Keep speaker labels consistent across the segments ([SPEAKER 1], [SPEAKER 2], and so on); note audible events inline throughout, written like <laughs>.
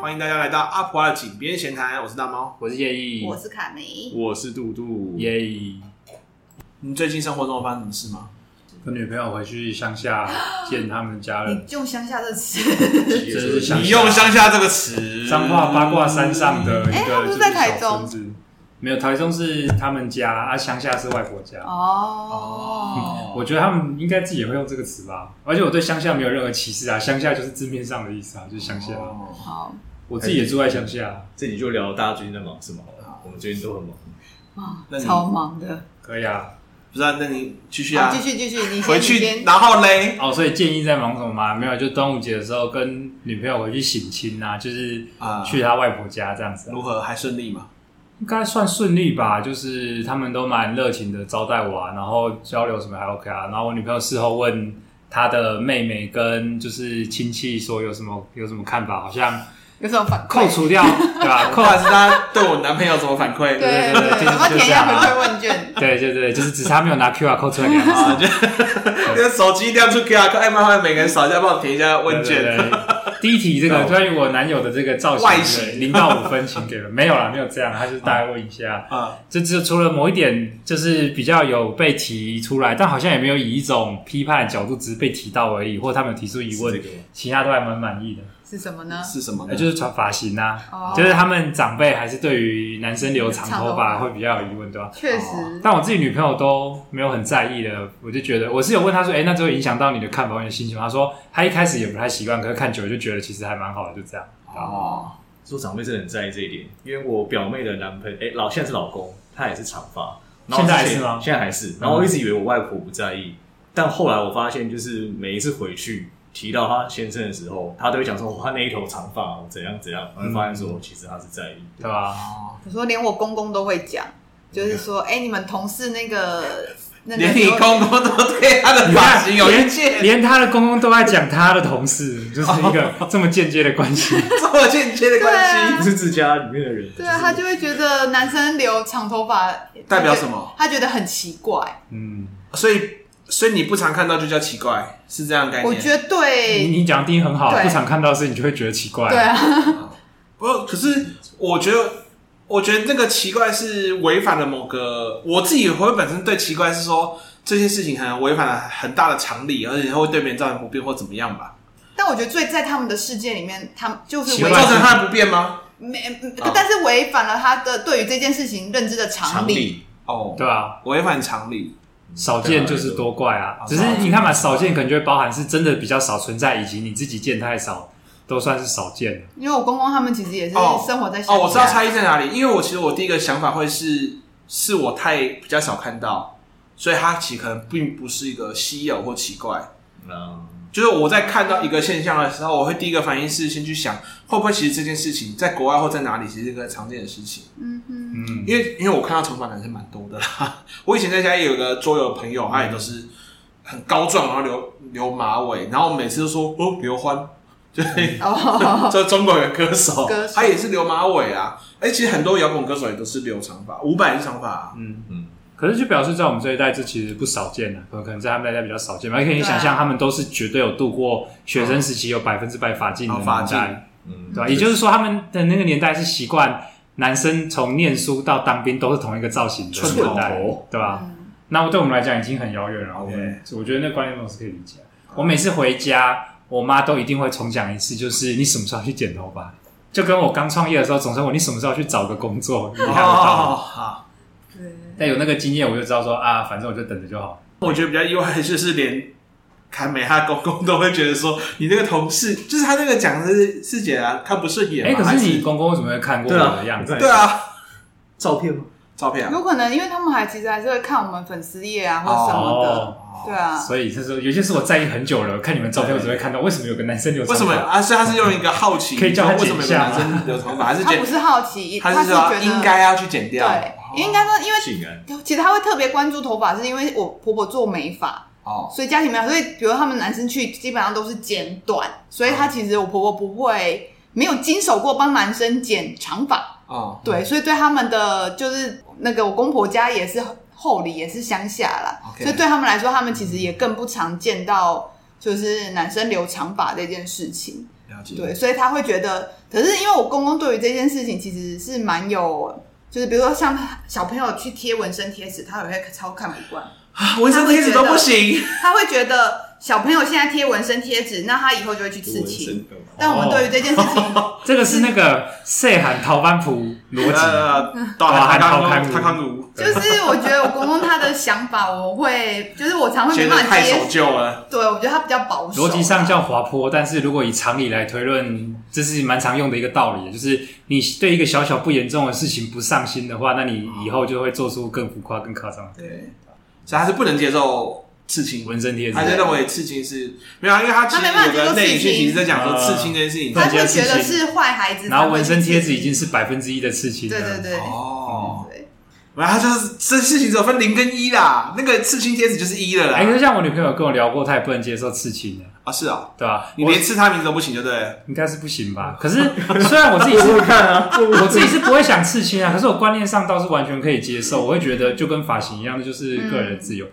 [SPEAKER 1] 欢迎大家来到阿婆的井边闲谈，我是大猫。
[SPEAKER 2] 我是叶毅，
[SPEAKER 3] 我是卡梅，
[SPEAKER 4] 我是杜杜，
[SPEAKER 2] 叶毅，
[SPEAKER 1] 你最近生活中有发生什么事吗？
[SPEAKER 2] 跟女朋友回去乡下见他们家人，
[SPEAKER 1] 嗯
[SPEAKER 3] 你用乡下这词，
[SPEAKER 2] 真的是乡
[SPEAKER 1] 你用“乡下”这个词，
[SPEAKER 2] 彰化八卦山上的一
[SPEAKER 3] 哎他
[SPEAKER 2] 个就
[SPEAKER 3] 不
[SPEAKER 2] 是是
[SPEAKER 3] 在台
[SPEAKER 2] 小村子，没有台中是他们家啊，乡下是外婆家。
[SPEAKER 3] 哦，
[SPEAKER 2] 我觉得他们应该自己也会用这个词吧，而且我对乡下没有任何歧视啊，乡下就是字面上的意思啊，就是乡下。
[SPEAKER 1] 哦
[SPEAKER 3] 好
[SPEAKER 2] 我自己也住在乡下，
[SPEAKER 4] 嗯这集就聊大家最近在忙什么好了。我们最近都很忙，
[SPEAKER 3] 啊
[SPEAKER 1] 那，你
[SPEAKER 3] 超忙的，
[SPEAKER 2] 可以啊。
[SPEAKER 1] 不是、啊，那你继续
[SPEAKER 3] 好
[SPEAKER 1] 啊，
[SPEAKER 3] 继续继续，你先
[SPEAKER 1] 回
[SPEAKER 3] 你
[SPEAKER 1] 去，
[SPEAKER 3] 先
[SPEAKER 1] 然后嘞，
[SPEAKER 2] 哦，所以建议在忙什么吗？没有，就端午节的时候跟女朋友回去省亲啊，就是
[SPEAKER 1] 啊
[SPEAKER 2] 去她外婆家这样子啊、
[SPEAKER 1] 如何还顺利吗？
[SPEAKER 2] 应该算顺利吧，就是他们都蛮热情的招待我啊，然后交流什么还 OK 啊。然后我女朋友事后问她的妹妹跟就是亲戚说有什么有什么看法，好像
[SPEAKER 3] 有什么反
[SPEAKER 2] 扣
[SPEAKER 3] 馈？
[SPEAKER 2] 除掉对吧？
[SPEAKER 1] 不
[SPEAKER 2] 扣
[SPEAKER 1] 管是他对我男朋友怎么反馈，
[SPEAKER 3] <laughs> 对
[SPEAKER 2] 对对对
[SPEAKER 3] 对，我们
[SPEAKER 2] 就
[SPEAKER 3] 填
[SPEAKER 2] 这
[SPEAKER 3] 一下
[SPEAKER 2] 样
[SPEAKER 3] 回
[SPEAKER 2] 啊
[SPEAKER 3] 馈问卷，
[SPEAKER 2] 对对对，就是只是她没有拿 QR code 出来给他
[SPEAKER 1] 啊，
[SPEAKER 2] 扫
[SPEAKER 1] <laughs> 就那个手机亮出 QR code，哎，麻烦每个人扫一下，帮我填一下问卷。
[SPEAKER 2] 对对对第一题这个关于我男友的这个造型，
[SPEAKER 1] 外形
[SPEAKER 2] 零到五分，请给了没有啦，没有这样，他就是大概问一下。
[SPEAKER 1] 啊，
[SPEAKER 2] 这只除了某一点就是比较有被提出来，但好像也没有以一种批判的角度，只是被提到而已，或他们有提出疑问，
[SPEAKER 4] 是这个吗
[SPEAKER 2] 其他都还蛮满意的。
[SPEAKER 3] 是什么呢？
[SPEAKER 1] 是什么呢？
[SPEAKER 2] 呃，就是长发型啊，
[SPEAKER 3] 哦
[SPEAKER 2] 就是他们长辈还是对于男生留长头
[SPEAKER 3] 长
[SPEAKER 2] 发
[SPEAKER 3] 头发
[SPEAKER 2] 会比较有疑问，对吧？
[SPEAKER 3] 确
[SPEAKER 1] 哦
[SPEAKER 3] 实，
[SPEAKER 2] 但我自己女朋友都没有很在意的，我就觉得我是有问她说，哎、那这会影响到你的看法或你的心情吗？她说她一开始也不太习惯，可是看久了就觉得其实还蛮好的，就这样。
[SPEAKER 1] 哦，
[SPEAKER 4] 说长辈真的很在意这一点，因为我表妹的男朋友，哎，老现在是老公，他也是长发，然后
[SPEAKER 2] 现在还
[SPEAKER 4] 之前
[SPEAKER 2] 是吗嗯
[SPEAKER 4] 现在还是。然后我一直以为我外婆不在意，但后来我发现，就是每一次回去提到她先生的时候，她都会讲说，哦他那一头长发哦怎样怎样，然后发现说，
[SPEAKER 2] 嗯
[SPEAKER 4] 其实她是在意。
[SPEAKER 2] 对吧？
[SPEAKER 3] 我说连我公公都会讲，就是说，哎，你们同事那个那个
[SPEAKER 1] 连你
[SPEAKER 3] 时候
[SPEAKER 1] 公公都对
[SPEAKER 2] <laughs>
[SPEAKER 1] 他的发型有意见，
[SPEAKER 2] 啊连他的公公都在讲他的同
[SPEAKER 3] <laughs>
[SPEAKER 2] 事，就是一个
[SPEAKER 3] 哦
[SPEAKER 2] 这么间接的关系。
[SPEAKER 1] 这么间接的关
[SPEAKER 3] 对
[SPEAKER 4] 不
[SPEAKER 1] 系，
[SPEAKER 3] 啊
[SPEAKER 4] 是自家里面的人，
[SPEAKER 3] 对啊，他就会觉得男生留长头发
[SPEAKER 1] 代表什么？
[SPEAKER 3] 他觉得很奇怪，
[SPEAKER 2] 嗯，
[SPEAKER 3] 啊
[SPEAKER 1] 所以所以你不常看到就叫奇怪，是这样概念。
[SPEAKER 3] 我觉得
[SPEAKER 2] 你
[SPEAKER 3] 对，
[SPEAKER 2] 你讲的定义很好，
[SPEAKER 3] 对
[SPEAKER 2] 不常看到的事你就会觉得奇怪。
[SPEAKER 3] 对啊，
[SPEAKER 1] 不过，可是我觉得，我觉得这个奇怪是违反了某个我自己会本身对奇怪是说这件事情可能违反了很大的常理，而且会对别人造成不便或怎么样吧？
[SPEAKER 3] 但我觉得最在他们的世界里面，他们就是
[SPEAKER 2] 奇
[SPEAKER 3] 违
[SPEAKER 2] 怪
[SPEAKER 1] 造成他的不便吗？
[SPEAKER 3] 没，嗯
[SPEAKER 1] 啊
[SPEAKER 3] 但是违反了他的对于这件事情认知的常
[SPEAKER 4] 常
[SPEAKER 3] 理。
[SPEAKER 4] 理，
[SPEAKER 1] 哦，
[SPEAKER 2] 对吧？
[SPEAKER 1] 违反常理。
[SPEAKER 2] 少见就是多怪啊
[SPEAKER 1] 对啊，
[SPEAKER 2] 只是你看嘛，少见可能就会包含是真的比较少存在，以及你自己见太少，都算是少见的。
[SPEAKER 3] 因为我公公他们其实也是
[SPEAKER 1] 哦
[SPEAKER 3] 生活在啊乡
[SPEAKER 1] 哦，我知道
[SPEAKER 3] 下
[SPEAKER 1] 差异在哪里，因为我其实我第一个想法会是，是我太比较少看到，所以它其实可能并不是一个稀有或奇怪。
[SPEAKER 4] 嗯，
[SPEAKER 1] 就是我在看到一个现象的时候，我会第一个反应是先去想，会不会其实这件事情在国外或在哪里，其实是一个常见的事情。
[SPEAKER 3] 嗯哼，
[SPEAKER 2] 嗯，
[SPEAKER 1] 因为因为我看到长发男生蛮多的啦， <laughs> 我以前在家也有个桌游的朋友，他也都是很高壮，然后留留马尾，然后我每次都说哦刘欢， <laughs> 就是 <laughs>
[SPEAKER 3] 哦，
[SPEAKER 1] 这中国有歌手
[SPEAKER 3] 歌，手
[SPEAKER 1] 他也是留马尾啊。哎、其实很多摇滚歌手也都是留长发，伍佰也是长发、
[SPEAKER 3] 哦
[SPEAKER 1] 啊。
[SPEAKER 2] 嗯
[SPEAKER 3] 嗯
[SPEAKER 2] 可是就表示在我们这一代，这其实不少见的，可能在他们那一代比较少见嘛。而且你想
[SPEAKER 3] 啊
[SPEAKER 2] 象，他们都是绝对有度过学生时期有百分之百法禁的
[SPEAKER 1] 哦法
[SPEAKER 2] 年
[SPEAKER 1] 禁
[SPEAKER 2] 代，
[SPEAKER 4] 嗯
[SPEAKER 2] 对吧？也就是说，他们的那个年代是习惯男生从念书到当兵都是同一个造型的
[SPEAKER 1] 寸
[SPEAKER 2] 年
[SPEAKER 1] 头
[SPEAKER 2] 代，对
[SPEAKER 1] 啊
[SPEAKER 2] 吧？
[SPEAKER 3] 嗯
[SPEAKER 2] 那对我们来讲已经很遥远了。我
[SPEAKER 1] OK
[SPEAKER 2] 们我觉得那观念我是可以理解。我每次回家，我妈都一定会重讲一次，就是你什么时候要去剪头发？就跟我刚创业的时候，总说我你什么时候要去找个工作一样的道
[SPEAKER 1] <laughs>
[SPEAKER 2] 理。
[SPEAKER 1] 哦，好。
[SPEAKER 3] 对，
[SPEAKER 2] 但有那个经验，我就知道说啊，反正我就等着就好。
[SPEAKER 1] 我觉得比较意外的就是连凯美她公公都会觉得说，你那个同事就是他那个讲的是师姐啊，看不顺眼
[SPEAKER 2] 哎、
[SPEAKER 1] 嘛。
[SPEAKER 2] 可
[SPEAKER 1] 还
[SPEAKER 2] 是你公公为什么会看过
[SPEAKER 4] 对啊
[SPEAKER 2] 我的样子？
[SPEAKER 4] 对
[SPEAKER 1] 对啊，
[SPEAKER 4] 照片吗？
[SPEAKER 1] 照片啊，
[SPEAKER 3] 有可能因为他们还其实还是会看我们粉丝页啊或者什么的，
[SPEAKER 2] 哦，
[SPEAKER 3] 对啊，
[SPEAKER 2] 所以他说有些是我在意很久了，看你们照片我只会看到为什么有个男生留长
[SPEAKER 1] 为
[SPEAKER 2] 发
[SPEAKER 1] 什么啊？是他是用一个好奇，
[SPEAKER 2] 可以叫他
[SPEAKER 1] 为什么有个
[SPEAKER 2] 剪一下
[SPEAKER 1] 男
[SPEAKER 2] 吗
[SPEAKER 1] 生留长发，还是
[SPEAKER 3] 他
[SPEAKER 1] 剪
[SPEAKER 3] 不？是好奇，
[SPEAKER 1] 他
[SPEAKER 3] 是
[SPEAKER 1] 是说
[SPEAKER 3] 觉得
[SPEAKER 1] 应该要去哦剪掉。
[SPEAKER 3] 对，应该说因为。
[SPEAKER 4] 竟然
[SPEAKER 3] 其实他会特别关注头发，是因为我婆婆做美发，
[SPEAKER 1] 哦，
[SPEAKER 3] 所以家庭美发，所以比如他们男生去基本上都是剪短，所以她其实我婆婆不会没有经手过帮男生剪长发，
[SPEAKER 1] 哦，
[SPEAKER 3] 对，所以对他们的就是那个我公婆家也是厚里也是乡下啦，
[SPEAKER 1] OK
[SPEAKER 3] 所以对他们来说，他们其实也更不常见到就是男生留长发这件事情。
[SPEAKER 1] 了解，
[SPEAKER 3] 对，所以他会觉得，可是因为我公公对于这件事情其实是蛮有，就是比如说像小朋友去贴纹身贴纸，他也会超看不惯，
[SPEAKER 1] 啊纹身贴纸都不行，
[SPEAKER 3] 他会觉得小朋友现在贴纹身贴纸，那他以后就会去刺青。
[SPEAKER 1] 哦
[SPEAKER 3] 但我们对于这件事情，
[SPEAKER 1] <laughs>
[SPEAKER 2] 这个是那个塞罕逃班普逻辑， <laughs>
[SPEAKER 1] 呃，到他
[SPEAKER 2] 哇
[SPEAKER 1] 康
[SPEAKER 2] 还
[SPEAKER 1] 康
[SPEAKER 2] 有
[SPEAKER 1] 他康鲁
[SPEAKER 3] 就是我觉得我公公他的想法，我会就是我常会没
[SPEAKER 1] 现在
[SPEAKER 3] 办法
[SPEAKER 1] 太
[SPEAKER 3] 接
[SPEAKER 1] 守，旧了，
[SPEAKER 3] 对我觉得他比较保守啊，
[SPEAKER 2] 逻辑上叫滑坡，但是如果以常理来推论，这是蛮常用的一个道理，就是你对一个小小不严重的事情不上心的话，那你以后就会做出更浮夸、更夸张的
[SPEAKER 1] 对，所以他是不能接受刺青，
[SPEAKER 2] 纹身贴纸
[SPEAKER 3] 啊
[SPEAKER 1] 他。就认为刺青是没有啊，因为他其实
[SPEAKER 3] 他没办
[SPEAKER 1] 有
[SPEAKER 3] 法接受
[SPEAKER 1] 个
[SPEAKER 3] 刺青
[SPEAKER 1] 内隐讯息是在讲说
[SPEAKER 2] 呃
[SPEAKER 1] 刺青这件事情
[SPEAKER 3] 他
[SPEAKER 2] 对
[SPEAKER 3] 会觉得是坏孩子，
[SPEAKER 2] 然后纹身贴纸已经是
[SPEAKER 3] 是
[SPEAKER 2] 百分之一的刺青了，
[SPEAKER 3] 对对对
[SPEAKER 1] 哦，
[SPEAKER 3] 对
[SPEAKER 1] 然后他就是这事情只有分零跟一啦，那个刺青贴纸就是一了
[SPEAKER 2] 哎，可
[SPEAKER 1] 啦，
[SPEAKER 2] 是像我女朋友跟我聊过，她也不能接受刺青的，
[SPEAKER 1] 啊是啊，
[SPEAKER 2] 对吧？
[SPEAKER 1] 你
[SPEAKER 2] 我
[SPEAKER 1] 连刺他名字都不行就对了，
[SPEAKER 2] 应该是不行吧？可是虽然我自己
[SPEAKER 3] <laughs>
[SPEAKER 2] 是看啊，我自己是不会想刺青啊，可是我观念上倒是完全可以接受，我会觉得就跟发型一样，就是个人的自由，
[SPEAKER 3] 嗯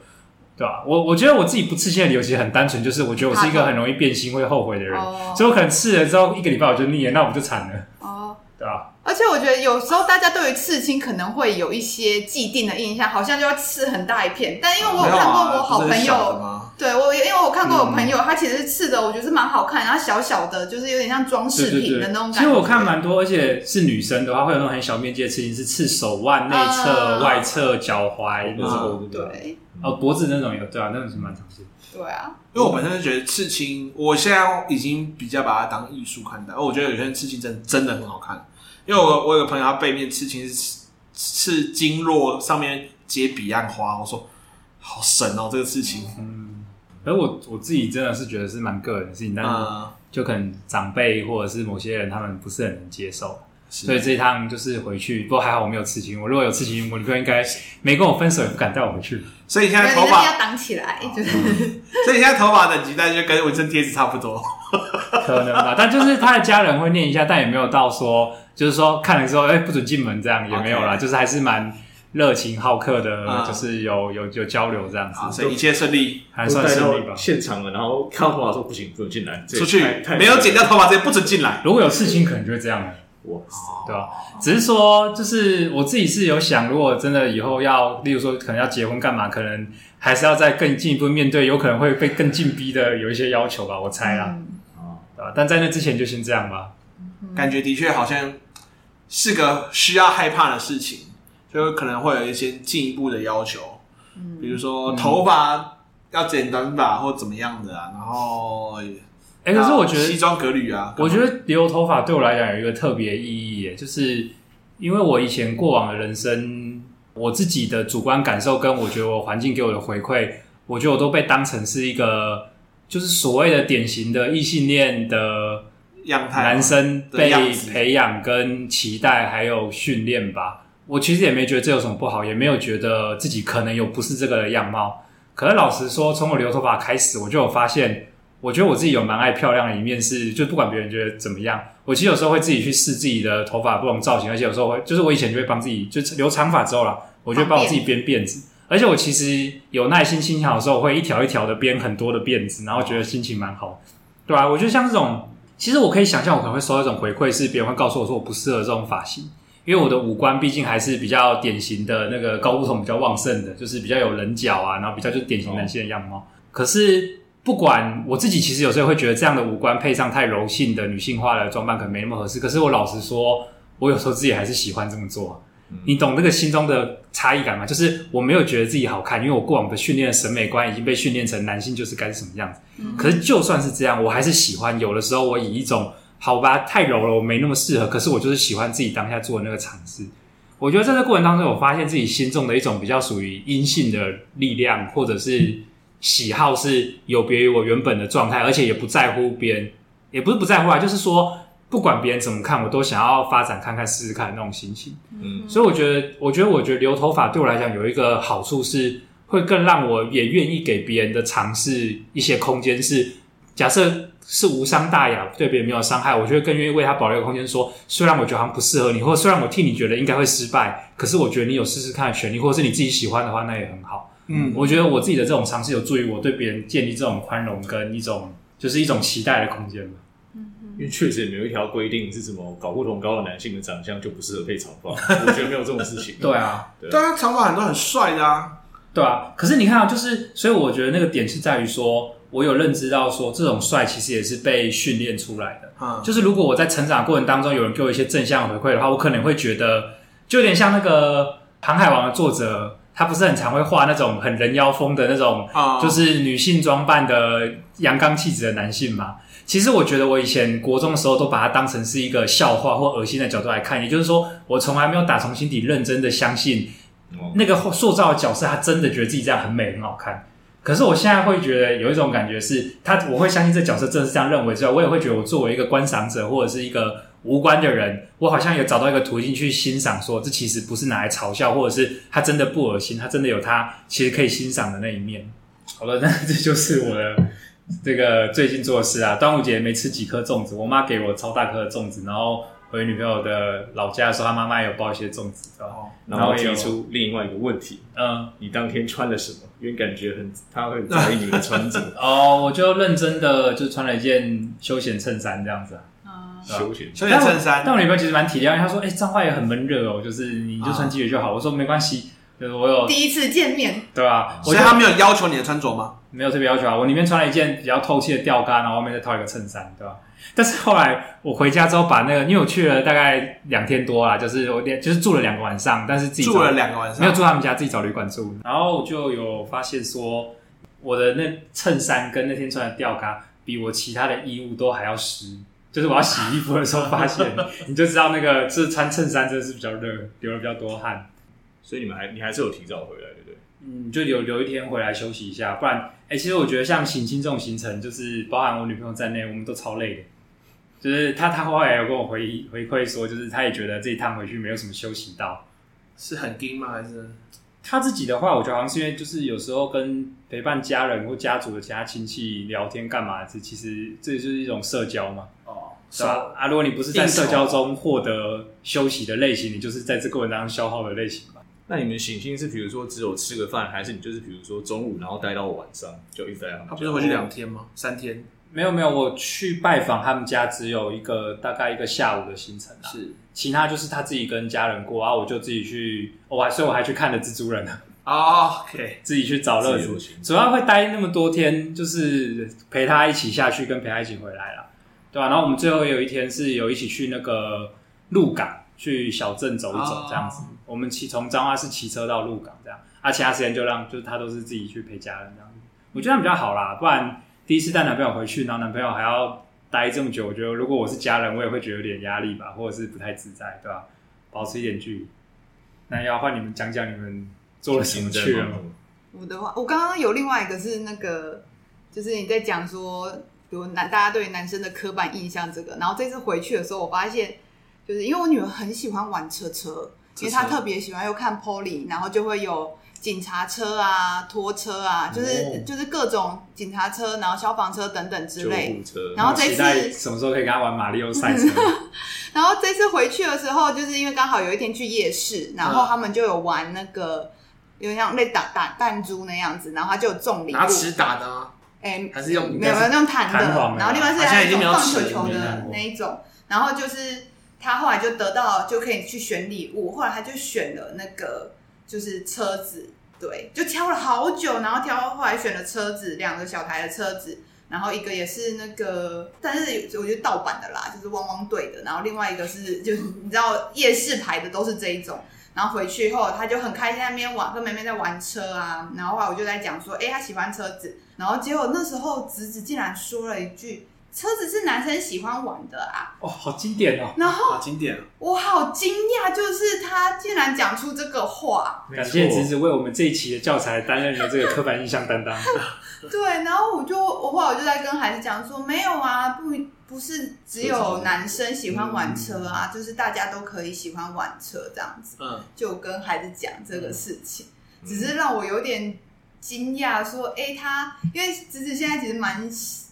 [SPEAKER 2] 对吧、我我觉得我自己不刺青的理由其实很单纯，就是我觉得我是一个很容易变心、会后悔的人，
[SPEAKER 3] 哦
[SPEAKER 2] 所以我可能刺了之后一个礼拜我就腻了，那我不就惨了，
[SPEAKER 3] 哦。
[SPEAKER 2] 对吧、
[SPEAKER 3] 而且我觉得有时候大家对于刺青可能会有一些既定的印象，好像就要刺很大一片。但因为我
[SPEAKER 1] 没有
[SPEAKER 3] 有看过
[SPEAKER 1] 啊，
[SPEAKER 3] 我好
[SPEAKER 1] 不是
[SPEAKER 3] 朋
[SPEAKER 1] 很
[SPEAKER 3] 友，嗯
[SPEAKER 1] 小的吗？
[SPEAKER 3] 对我因为我看过我朋友，他其实是刺的，我觉得是蛮好看，然后小小的，就是有点像装
[SPEAKER 2] 对
[SPEAKER 3] 饰
[SPEAKER 2] 对
[SPEAKER 3] 品的
[SPEAKER 2] 对
[SPEAKER 3] 那种，感觉。
[SPEAKER 2] 其实我看蛮多，而且是女生的话，会有那种很小面积的刺青，是刺手腕、内侧、
[SPEAKER 3] 嗯
[SPEAKER 2] 外侧、脚踝那种，
[SPEAKER 1] 嗯
[SPEAKER 4] 啊
[SPEAKER 3] 对
[SPEAKER 2] 哦，脖子那种有，对啊，那种是蛮常见的。
[SPEAKER 3] 对啊，
[SPEAKER 1] 因为我本身就觉得刺青，我现在已经比较把它当艺术看待。哦而我觉得有些人刺青真真的很好看，因为我我有个朋友，他背面刺青是刺经络，上面结彼岸花，我说好神哦，这个刺青。
[SPEAKER 2] 嗯，而我我自己真的是觉得是蛮个人的事情，但是
[SPEAKER 1] 嗯，
[SPEAKER 2] 就可能长辈或者是某些人他们不是很能接受，所以
[SPEAKER 1] 是
[SPEAKER 2] 这一趟就是回去，不过还好我没有刺青，我如果有刺青，我女朋友应该没跟我分手也不敢带我回去。
[SPEAKER 1] 所以你现
[SPEAKER 3] 因
[SPEAKER 1] 在
[SPEAKER 3] 为
[SPEAKER 1] 头
[SPEAKER 3] 你那边
[SPEAKER 1] 发，
[SPEAKER 3] 要挡起来，就是
[SPEAKER 1] 所以你现在头发等级大概就跟纹身贴纸差不多。
[SPEAKER 2] 可能吧，但就是他的家人会念一下，但也没有到说，就是说看了之后，哎、不准进门这样也没有啦
[SPEAKER 1] OK
[SPEAKER 2] 就是还是蛮热情好客的，
[SPEAKER 1] 嗯
[SPEAKER 2] 就是有有有交流这样
[SPEAKER 1] 好，
[SPEAKER 2] 子，
[SPEAKER 1] 啊所以一切顺利，
[SPEAKER 2] 还算顺利吧。
[SPEAKER 4] 现场了，然后看到头发说不行，不能进来，这也
[SPEAKER 1] 出去
[SPEAKER 4] 太太
[SPEAKER 1] 没有剪掉头发，直接不准进来。
[SPEAKER 2] 如果有刺青，可能就会这样了。
[SPEAKER 4] 哇塞，
[SPEAKER 2] 对吧、只是说，就是我自己是有想，如果真的以后要，例如说可能要结婚干嘛，可能还是要再更进一步面对，有可能会被更进逼的有一些要求吧，我猜啦，
[SPEAKER 3] 嗯
[SPEAKER 4] 啊，
[SPEAKER 2] 对吧、但在那之前就先这样吧。
[SPEAKER 1] 感觉的确好像是个需要害怕的事情，就可能会有一些进一步的要求，比如说
[SPEAKER 2] 嗯
[SPEAKER 1] 头发要剪短发或怎么样的啊，然后
[SPEAKER 2] 哎、可是我觉
[SPEAKER 1] 西
[SPEAKER 2] 得，
[SPEAKER 1] 装革履啊，
[SPEAKER 2] 我觉得留头发对我来讲有一个特别意义耶，就是因为我以前过往的人生，我自己的主观感受跟我觉得我环境给我的回馈，我觉得我都被当成是一个，就是所谓的典型的异性恋的。
[SPEAKER 1] 样态
[SPEAKER 2] 男生
[SPEAKER 1] 的
[SPEAKER 2] 被
[SPEAKER 1] 样子
[SPEAKER 2] 培养、跟期待还有训练吧。我其实也没觉得这有什么不好，也没有觉得自己可能有不是这个的样貌。可是老实说，从我留头发开始，我就有发现，我觉得我自己有蛮爱漂亮的一面是，就不管别人觉得怎么样，我其实有时候会自己去试自己的头发不同造型，而且有时候会，就是我以前就会帮自己，就是留长发之后啦，我就会帮我自己编辫子。而且我其实有耐心心情好的时候，我会一条一条的编很多的辫子，然后觉得心情蛮好的对啊，我觉得像这种，其实我可以想象，我可能会收到一种回馈，是别人会告诉我说我不适合这种发型，因为我的五官毕竟还是比较典型的那个高骨头比较旺盛的，就是比较有棱角啊，然后比较就是典型男性的样貌。可是不管我自己，其实有时候会觉得这样的五官配上太柔性的女性化的装扮，可能没那么合适。可是我老实说，我有时候自己还是喜欢这么做啊、你懂那个心中的差异感吗？就是我没有觉得自己好看，因为我过往的训练的审美观已经被训练成男性就是该是什么样子。
[SPEAKER 3] 嗯
[SPEAKER 2] 可是就算是这样，我还是喜欢。有的时候我以一种好吧，太柔了，我没那么适合。可是我就是喜欢自己当下做的那个尝试。我觉得在这个过程当中，我发现自己心中的一种比较属于阴性的力量，或者是喜好，是有别于我原本的状态，而且也不在乎别人，也不是不在乎啊，就是说不管别人怎么看，我都想要发展看看、试试看那种心情。
[SPEAKER 4] 嗯
[SPEAKER 2] 所以我觉得，我觉得，我觉得留头发对我来讲有一个好处是，会更让我也愿意给别人的尝试一些空间是。假设是无伤大雅，对别人没有伤害，我就会更愿意为他保留一个空间说虽然我觉得好像不适合你，或者虽然我替你觉得应该会失败，可是我觉得你有试试看的权利，或者是你自己喜欢的话，那也很好。
[SPEAKER 1] 嗯，
[SPEAKER 2] 我觉得我自己的这种尝试有助于我对别人建立这种宽容跟一种就是一种期待的空间吧。
[SPEAKER 4] 因为确实也没有一条规定是什么搞不同高的男性的长相就不适合配长
[SPEAKER 1] <laughs>
[SPEAKER 4] 发，我觉得没有这种事情。
[SPEAKER 2] 对啊，
[SPEAKER 4] 对
[SPEAKER 1] 但他长发很多很帅的啊，
[SPEAKER 2] 对啊。可是你看啊，就是所以我觉得那个点是在于说，我有认知到说这种帅其实也是被训练出来的。
[SPEAKER 1] 嗯，
[SPEAKER 2] 就是如果我在成长过程当中有人给我一些正向回馈的话，我可能会觉得就有点像那个《航海王》的作者，他不是很常会画那种很人妖风的那种，
[SPEAKER 1] 啊
[SPEAKER 2] 就是女性装扮的阳刚气质的男性嘛。其实我觉得我以前国中的时候都把它当成是一个笑话或恶心的角度来看，也就是说，我从来没有打从心底认真的相信
[SPEAKER 4] 哦
[SPEAKER 2] 那个塑造的角色，他真的觉得自己这样很美很好看。可是我现在会觉得有一种感觉是，他我会相信这角色真的是这样认为之外，我也会觉得我作为一个观赏者或者是一个无关的人，我好像有找到一个途径去欣赏，说这其实不是拿来嘲笑，或者是他真的不恶心，他真的有他其实可以欣赏的那一面。好了，那这就是我的这个最近做的事啊。端午节没吃几颗粽子，我妈给我超大颗的粽子，然后回女朋友的老家的时候，她妈妈有包一些粽子，然
[SPEAKER 1] 啊
[SPEAKER 2] 后
[SPEAKER 4] 然后
[SPEAKER 2] 也有
[SPEAKER 4] 提出另外一个问题：
[SPEAKER 2] 嗯。。
[SPEAKER 4] 你当天穿了什么？因为感觉很，他会很在意你的穿着
[SPEAKER 1] <laughs>
[SPEAKER 2] 哦，我就认真的就穿了一件休闲衬衫这样子啊。
[SPEAKER 3] 嗯，
[SPEAKER 4] 休闲
[SPEAKER 1] 休闲衬衫
[SPEAKER 2] 但我但我女朋友其实蛮体谅，她说：“哎、脏话也很闷热哦，就是你就穿 T 恤就好。我说：“没关系，就是我有
[SPEAKER 3] 第一次见面，
[SPEAKER 2] 对吧、我
[SPEAKER 1] 所以
[SPEAKER 2] 就
[SPEAKER 1] 他没有要求你的穿着吗？
[SPEAKER 2] 没有特别要求啊，我里面穿了一件比较透气的吊嘎，然后外面再套一个衬衫，对吧？但是后来我回家之后，把那个因为我去了大概两天多啦，就是我连就是住了两个晚上，但是自己
[SPEAKER 1] 住
[SPEAKER 2] 找
[SPEAKER 1] 了两个晚
[SPEAKER 2] 没有
[SPEAKER 1] 上，
[SPEAKER 2] 住他们家，自己找旅馆住。然后我就有发现说，我的那衬衫跟那天穿的吊嘎，比我其他的衣物都还要湿。就是我要洗衣服的时候发现，你就知道那个就是穿衬衫真的是比较热，流了比较多汗。
[SPEAKER 4] 所以你们还你还是有提早回来，对不对？
[SPEAKER 2] 嗯，就留留一天回来休息一下，不然，哎、其实我觉得像行亲这种行程，就是包含我女朋友在内，我们都超累的。就是她，她后来有跟我回回馈说，就是她也觉得这一趟回去没有什么休息到，
[SPEAKER 1] 是很硬吗？还是
[SPEAKER 2] 他自己的话，我觉得好像是因为就是有时候跟陪伴家人或家族的其他亲戚聊天干嘛，这其实这就是一种社交嘛，
[SPEAKER 1] 哦，
[SPEAKER 2] 是吧？啊，如果你不是在社交中获得休息的类型，你就是在这个文章消耗的类型吧。
[SPEAKER 4] 那你们行星是比如说只有吃个饭，还是你就是比如说中午然后待到晚上就一直待到他们家
[SPEAKER 1] 他不是回去两天吗？三天
[SPEAKER 2] 没有没有，我去拜访他们家只有一个大概一个下午的行程啊，
[SPEAKER 1] 是
[SPEAKER 2] 其他就是他自己跟家人过啊，我就自己去，哦我还所以我还去看了蜘蛛人啊。
[SPEAKER 1] 哦 OK，
[SPEAKER 2] 自己去找乐
[SPEAKER 4] 自由
[SPEAKER 2] 子
[SPEAKER 4] 行，
[SPEAKER 2] 主要会待那么多天，就是陪他一起下去，跟陪他一起回来啦，对吧、然后我们最后有一天是有一起去那个鹿港，去小镇走一走
[SPEAKER 1] 哦
[SPEAKER 2] 这样子。我们骑从彰化市骑车到鹿港这样，啊，其他时间就让就是他都是自己去陪家人这样子。我觉得这样比较好啦，不然第一次带男朋友回去，然后男朋友还要待这么久，我觉得如果我是家人，我也会觉得有点压力吧，或者是不太自在，对吧、保持一点距离。那要换你们讲讲你们做了什么去了吗？
[SPEAKER 3] 我的话，我刚刚有另外一个是那个，就是你在讲说，比如男大家对男生的刻板印象这个，然后这次回去的时候，我发现，就是因为我女儿很喜欢玩车车，
[SPEAKER 1] 车车
[SPEAKER 3] 因为她特别喜欢又看 Polly，然后就会有警察车啊、拖车啊，就是、
[SPEAKER 2] 哦
[SPEAKER 3] 就是各种警察车，然后消防车等等之
[SPEAKER 4] 救
[SPEAKER 3] 类
[SPEAKER 4] 护。车，
[SPEAKER 3] 然后这次
[SPEAKER 2] 期待什么时候可以跟他玩马里奥赛
[SPEAKER 3] <laughs>
[SPEAKER 2] 车？
[SPEAKER 3] 然后这次回去的时候，就是因为刚好有一天去夜市，然后他们就有玩那个。有点像类打打弹珠那样子，然后他就有中礼物，
[SPEAKER 1] 拿尺打的啊，
[SPEAKER 3] 哎、
[SPEAKER 1] 还是用
[SPEAKER 3] 没有没有那种弹的，
[SPEAKER 2] 弹簧的
[SPEAKER 3] 然后另外是
[SPEAKER 1] 好像已经
[SPEAKER 3] 那
[SPEAKER 1] 没有
[SPEAKER 3] 种放
[SPEAKER 1] 尺
[SPEAKER 3] 球
[SPEAKER 1] 了
[SPEAKER 3] 球
[SPEAKER 2] 没看
[SPEAKER 3] 的
[SPEAKER 2] 过
[SPEAKER 3] 那一种，然后就是他后来就得到就可以去选礼物，后来他就选了那个就是车子，对，就挑了好久，然后挑后来选了车子，两个小台的车子。然后一个也是那个，但是有我觉得盗版的啦，就是汪汪队的。然后另外一个是，就是你知道夜市牌的都是这一种。然后回去后，他就很开心在那边玩，跟妹妹在玩车啊。然后后来我就在讲说，哎、他喜欢车子。然后结果那时候侄子竟然说了一句：“车子是男生喜欢玩的啊。
[SPEAKER 2] 哦，好经典哦！”
[SPEAKER 3] 然后
[SPEAKER 1] 好经典啊，
[SPEAKER 3] 我好惊讶，就是他竟然讲出这个话。
[SPEAKER 4] 没
[SPEAKER 2] 感
[SPEAKER 4] 错
[SPEAKER 2] 谢侄子为我们这一期的教材担任了这个刻板印象担当。
[SPEAKER 3] 对，然后我就我后来我就在跟孩子讲说，没有啊，不不是只有男生喜欢玩车
[SPEAKER 4] 嗯
[SPEAKER 3] 啊，就是大家都可以喜欢玩车这样子，
[SPEAKER 1] 嗯，
[SPEAKER 3] 就跟孩子讲这个事情，
[SPEAKER 4] 嗯
[SPEAKER 3] 只是让我有点惊讶，说，哎、他因为侄子现在其实蛮，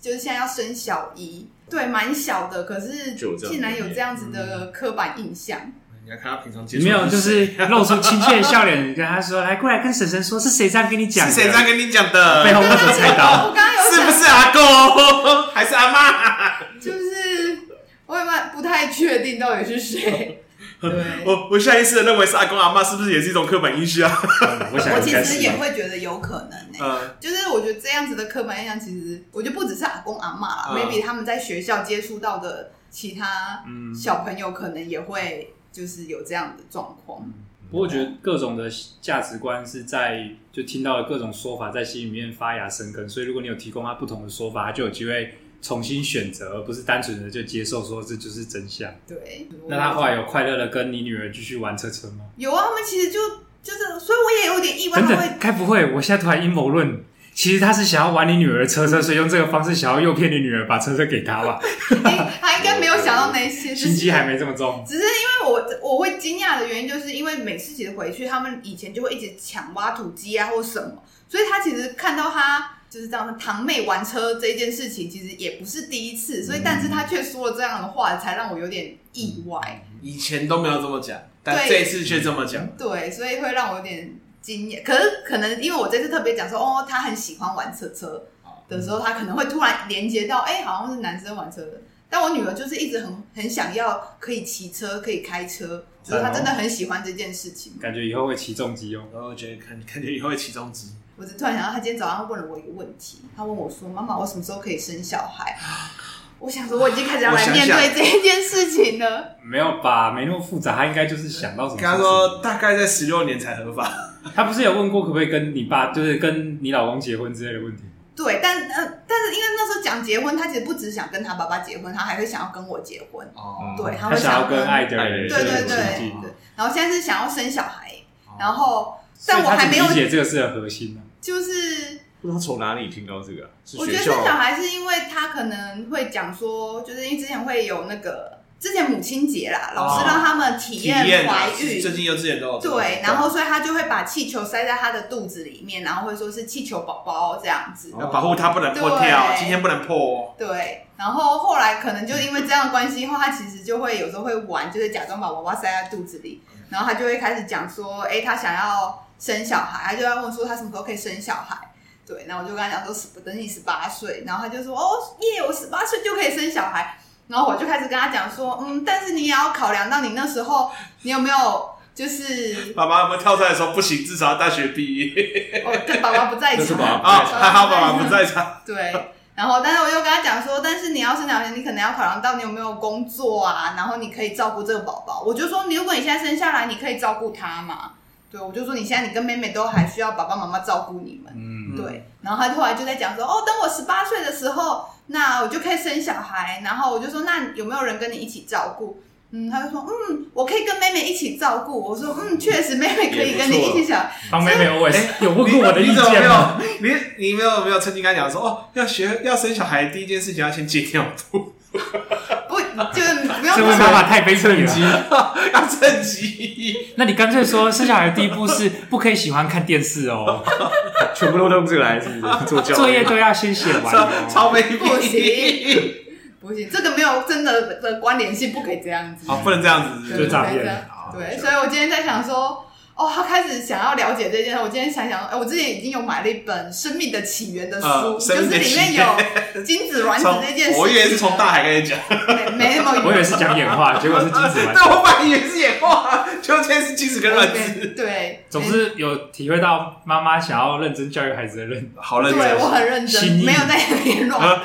[SPEAKER 3] 就是现在要升小一，对，蛮小的，可是
[SPEAKER 4] 就有这样的嗯
[SPEAKER 3] 竟然有这样子的刻板印象，
[SPEAKER 1] 没你要看他平常接触
[SPEAKER 2] 没有，
[SPEAKER 1] 的
[SPEAKER 2] 就是是
[SPEAKER 1] <laughs> 谁
[SPEAKER 2] 露出亲切的笑脸，跟他说：“来过来跟婶婶说，是谁这样跟你
[SPEAKER 1] <laughs>
[SPEAKER 2] 讲
[SPEAKER 1] 是
[SPEAKER 2] 的？
[SPEAKER 1] 谁这样跟你讲的？
[SPEAKER 2] 背后握着菜刀。
[SPEAKER 3] <laughs> 我刚刚有
[SPEAKER 1] 是
[SPEAKER 3] 想
[SPEAKER 1] 不是阿公还是阿妈？
[SPEAKER 3] 就是我也不不太确定到底是
[SPEAKER 2] <laughs>
[SPEAKER 3] 谁。对，
[SPEAKER 1] 我我下意识的认为是阿公阿妈，是不是也是一种刻板印象？
[SPEAKER 2] 嗯 <laughs> 我想
[SPEAKER 3] 我
[SPEAKER 2] 应
[SPEAKER 3] 其
[SPEAKER 2] 该
[SPEAKER 3] 实
[SPEAKER 2] 是
[SPEAKER 3] 也会觉得有可能呢、
[SPEAKER 2] 嗯
[SPEAKER 1] 呃，
[SPEAKER 3] 就是我觉得这样子的刻板印象，其实我觉得不只是阿公阿妈啦、
[SPEAKER 1] 嗯
[SPEAKER 3] m a y b e 他们在学校接触到的其他
[SPEAKER 2] 嗯
[SPEAKER 3] 小朋友，可能也会就是有这样的状况。
[SPEAKER 2] 不过我觉得各种的价值观是在就听到了各种说法在心里面发芽生根，所以如果你有提供他不同的说法，他就有机会重新选择，而不是单纯的就接受说这就是真相。
[SPEAKER 3] 对，
[SPEAKER 2] 那他后来有快乐的跟你女儿继续玩车车吗？
[SPEAKER 3] 有啊，他们其实就就是，所以我也有点意外，
[SPEAKER 2] 等
[SPEAKER 3] 他会
[SPEAKER 2] 等，该不会我现在突然阴谋论？其实他是想要玩你女儿的车车，所以用这个方式想要诱骗你女儿把车车给他吧？
[SPEAKER 3] 哎他应该没有想到那些，
[SPEAKER 2] 心机还没这么重。
[SPEAKER 3] 只是因为我我会惊讶的原因，就是因为每次其实回去，他们以前就会一直抢挖土机啊或什么，所以他其实看到他就是这样堂妹玩车这件事情，其实也不是第一次，所以但是他却说了这样的话，才让我有点意外，
[SPEAKER 1] 以前都没有这么讲，但
[SPEAKER 3] 对
[SPEAKER 1] 这一次却这么讲。
[SPEAKER 3] 对，所以会让我有点惊讶。可是可能因为我这次特别讲说，哦，他很喜欢玩车车的时候，他可能会突然连接到，哎、好像是男生玩车的。但我女儿就是一直很很想要可以骑车，可以开车，就是她真的很喜欢这件事情。
[SPEAKER 2] 感觉以后会起重机哦。
[SPEAKER 1] 然后我觉得看感觉以后会起中指，
[SPEAKER 3] 我只突然想到，他今天早上问了我一个问题，他问我说：“妈妈，我什么时候可以生小孩？”我想说，我已经开始要
[SPEAKER 1] 我
[SPEAKER 3] 来
[SPEAKER 1] 想
[SPEAKER 3] 面
[SPEAKER 1] 想
[SPEAKER 3] 对这件事情了。
[SPEAKER 2] 没有吧？没那么复杂，他应该就是想
[SPEAKER 3] 嗯
[SPEAKER 2] 到什么。
[SPEAKER 1] 跟他说，大概在十六年才合法。
[SPEAKER 2] 他不是有问过可不可以跟你爸，就是跟你老公结婚之类的问题？
[SPEAKER 3] 对，但呃，但是因为那时候讲结婚，他其实不只想跟他爸爸结婚，他还会想要跟我结婚。
[SPEAKER 1] 哦
[SPEAKER 4] 嗯
[SPEAKER 3] 对，
[SPEAKER 2] 他
[SPEAKER 3] 会
[SPEAKER 2] 想要
[SPEAKER 3] 要
[SPEAKER 2] 跟爱
[SPEAKER 3] 对
[SPEAKER 2] 的人
[SPEAKER 4] 对
[SPEAKER 2] 有
[SPEAKER 3] 对对
[SPEAKER 2] 亲
[SPEAKER 3] 对
[SPEAKER 2] 近，
[SPEAKER 3] 然后现在是想要生小孩，
[SPEAKER 1] 哦
[SPEAKER 3] 然后
[SPEAKER 2] 所以
[SPEAKER 3] 但我
[SPEAKER 2] 他
[SPEAKER 3] 还
[SPEAKER 2] 怎
[SPEAKER 3] 没
[SPEAKER 2] 么
[SPEAKER 3] 有
[SPEAKER 2] 理解这个事的核心呢。啊
[SPEAKER 3] 就是
[SPEAKER 4] 不知道从哪里听到这个啊、是
[SPEAKER 3] 我
[SPEAKER 4] 学
[SPEAKER 3] 觉得
[SPEAKER 4] 校
[SPEAKER 3] 生小孩是因为他可能会讲说，就是因为之前会有那个之前母亲节啦，老师让他们体
[SPEAKER 1] 哦体
[SPEAKER 3] 验
[SPEAKER 1] 验
[SPEAKER 3] 怀
[SPEAKER 1] 啊
[SPEAKER 3] 孕，
[SPEAKER 1] 最近幼稚园都有这个
[SPEAKER 3] 对，然后所以他就会把气球塞在他的肚子里面，然后会说是气球宝宝哦这样子。
[SPEAKER 1] 要保护它不能破掉，
[SPEAKER 3] 对
[SPEAKER 1] 今天不能破哦。
[SPEAKER 3] 对，然后后来可能就因为这样的关系后，他其实就会有时候会玩，就是假装把娃娃塞在肚子里，然后他就会开始讲说，哎，他想要生小孩，他就在问说他什么时候可以生小孩。对，然后我就跟他讲说，十等你十八岁，然后他就说，哦耶，我十八岁就可以生小孩。然后我就开始跟他讲说，嗯，但是你也要考量到你那时候你有没有就是
[SPEAKER 1] 爸爸，我们跳出来说不行，至少要大学毕业
[SPEAKER 3] 哦，但爸爸不在
[SPEAKER 4] 那是爸
[SPEAKER 3] 场
[SPEAKER 4] 爸。
[SPEAKER 1] 啊！还好爸爸不在场，
[SPEAKER 3] 哦 <laughs> 对，然后但是我又跟他讲说，但是你要生小孩，你可能要考量到你有没有工作啊，然后你可以照顾这个宝宝。我就说，你如果你现在生下来，你可以照顾他嘛。对，我就说你现在你跟妹妹都还需要爸爸妈妈照顾你们。
[SPEAKER 2] 嗯，
[SPEAKER 3] 对，然后他后来就在讲说，哦，等我十八岁的时候，那我就可以生小孩。然后我就说，那有没有人跟你一起照顾？嗯，他就说，嗯，我可以跟妹妹一起照顾。我说，嗯，确实妹妹可以跟你一起小孩。
[SPEAKER 2] 方妹妹我也是有问
[SPEAKER 1] 你
[SPEAKER 2] 过我的意
[SPEAKER 1] 哎你怎么
[SPEAKER 2] 见
[SPEAKER 1] 没
[SPEAKER 2] 吗？
[SPEAKER 1] 有？你你没有没有曾经跟他讲说哦，要学要生小孩，第一件事情要先戒尿布，
[SPEAKER 3] 不，就是不用
[SPEAKER 2] 这位妈妈太悲催了。
[SPEAKER 1] <laughs> 要趁机。
[SPEAKER 2] 那你干脆说，生小孩的第一步是不可以喜欢看电视哦，
[SPEAKER 4] <laughs> 全部都用这个来，是
[SPEAKER 3] <laughs>
[SPEAKER 4] 不是做教育
[SPEAKER 2] 作业都要先写完
[SPEAKER 1] 超
[SPEAKER 2] 哦。
[SPEAKER 1] 超没
[SPEAKER 3] 不
[SPEAKER 1] 品
[SPEAKER 3] 行，不行，这个没有真的的关联性，不可以这样子。
[SPEAKER 1] 好，不能这样子，
[SPEAKER 3] 对，
[SPEAKER 2] 就是诈
[SPEAKER 3] 不可以
[SPEAKER 2] 骗
[SPEAKER 3] 这样
[SPEAKER 4] 好
[SPEAKER 3] 对，所以我今天在想说，哦，他开始想要了解这件事。我今天想想，哎，我之前已经有买了一本《生命的起源》的书，
[SPEAKER 1] 呃
[SPEAKER 3] 就
[SPEAKER 1] 生
[SPEAKER 3] 是
[SPEAKER 1] 命的
[SPEAKER 3] 里
[SPEAKER 1] 起
[SPEAKER 3] 面
[SPEAKER 1] 源
[SPEAKER 3] 有精子卵子
[SPEAKER 1] 从
[SPEAKER 3] 这件事情。
[SPEAKER 1] 我以为是从大海开始
[SPEAKER 3] <laughs>
[SPEAKER 1] 讲，
[SPEAKER 3] 没没那么
[SPEAKER 2] 我以为
[SPEAKER 3] 远。
[SPEAKER 2] 是讲演化，结果是金子完
[SPEAKER 1] 对，。我本来以为是演化，结果现在是精子跟卵子，
[SPEAKER 3] 对对，
[SPEAKER 2] 总之有体会到妈妈想要认真教育孩子的认
[SPEAKER 1] <laughs> 好认
[SPEAKER 3] 对
[SPEAKER 1] 真
[SPEAKER 3] 我。很认真
[SPEAKER 2] 心，意啊
[SPEAKER 3] 没有在那边乱的。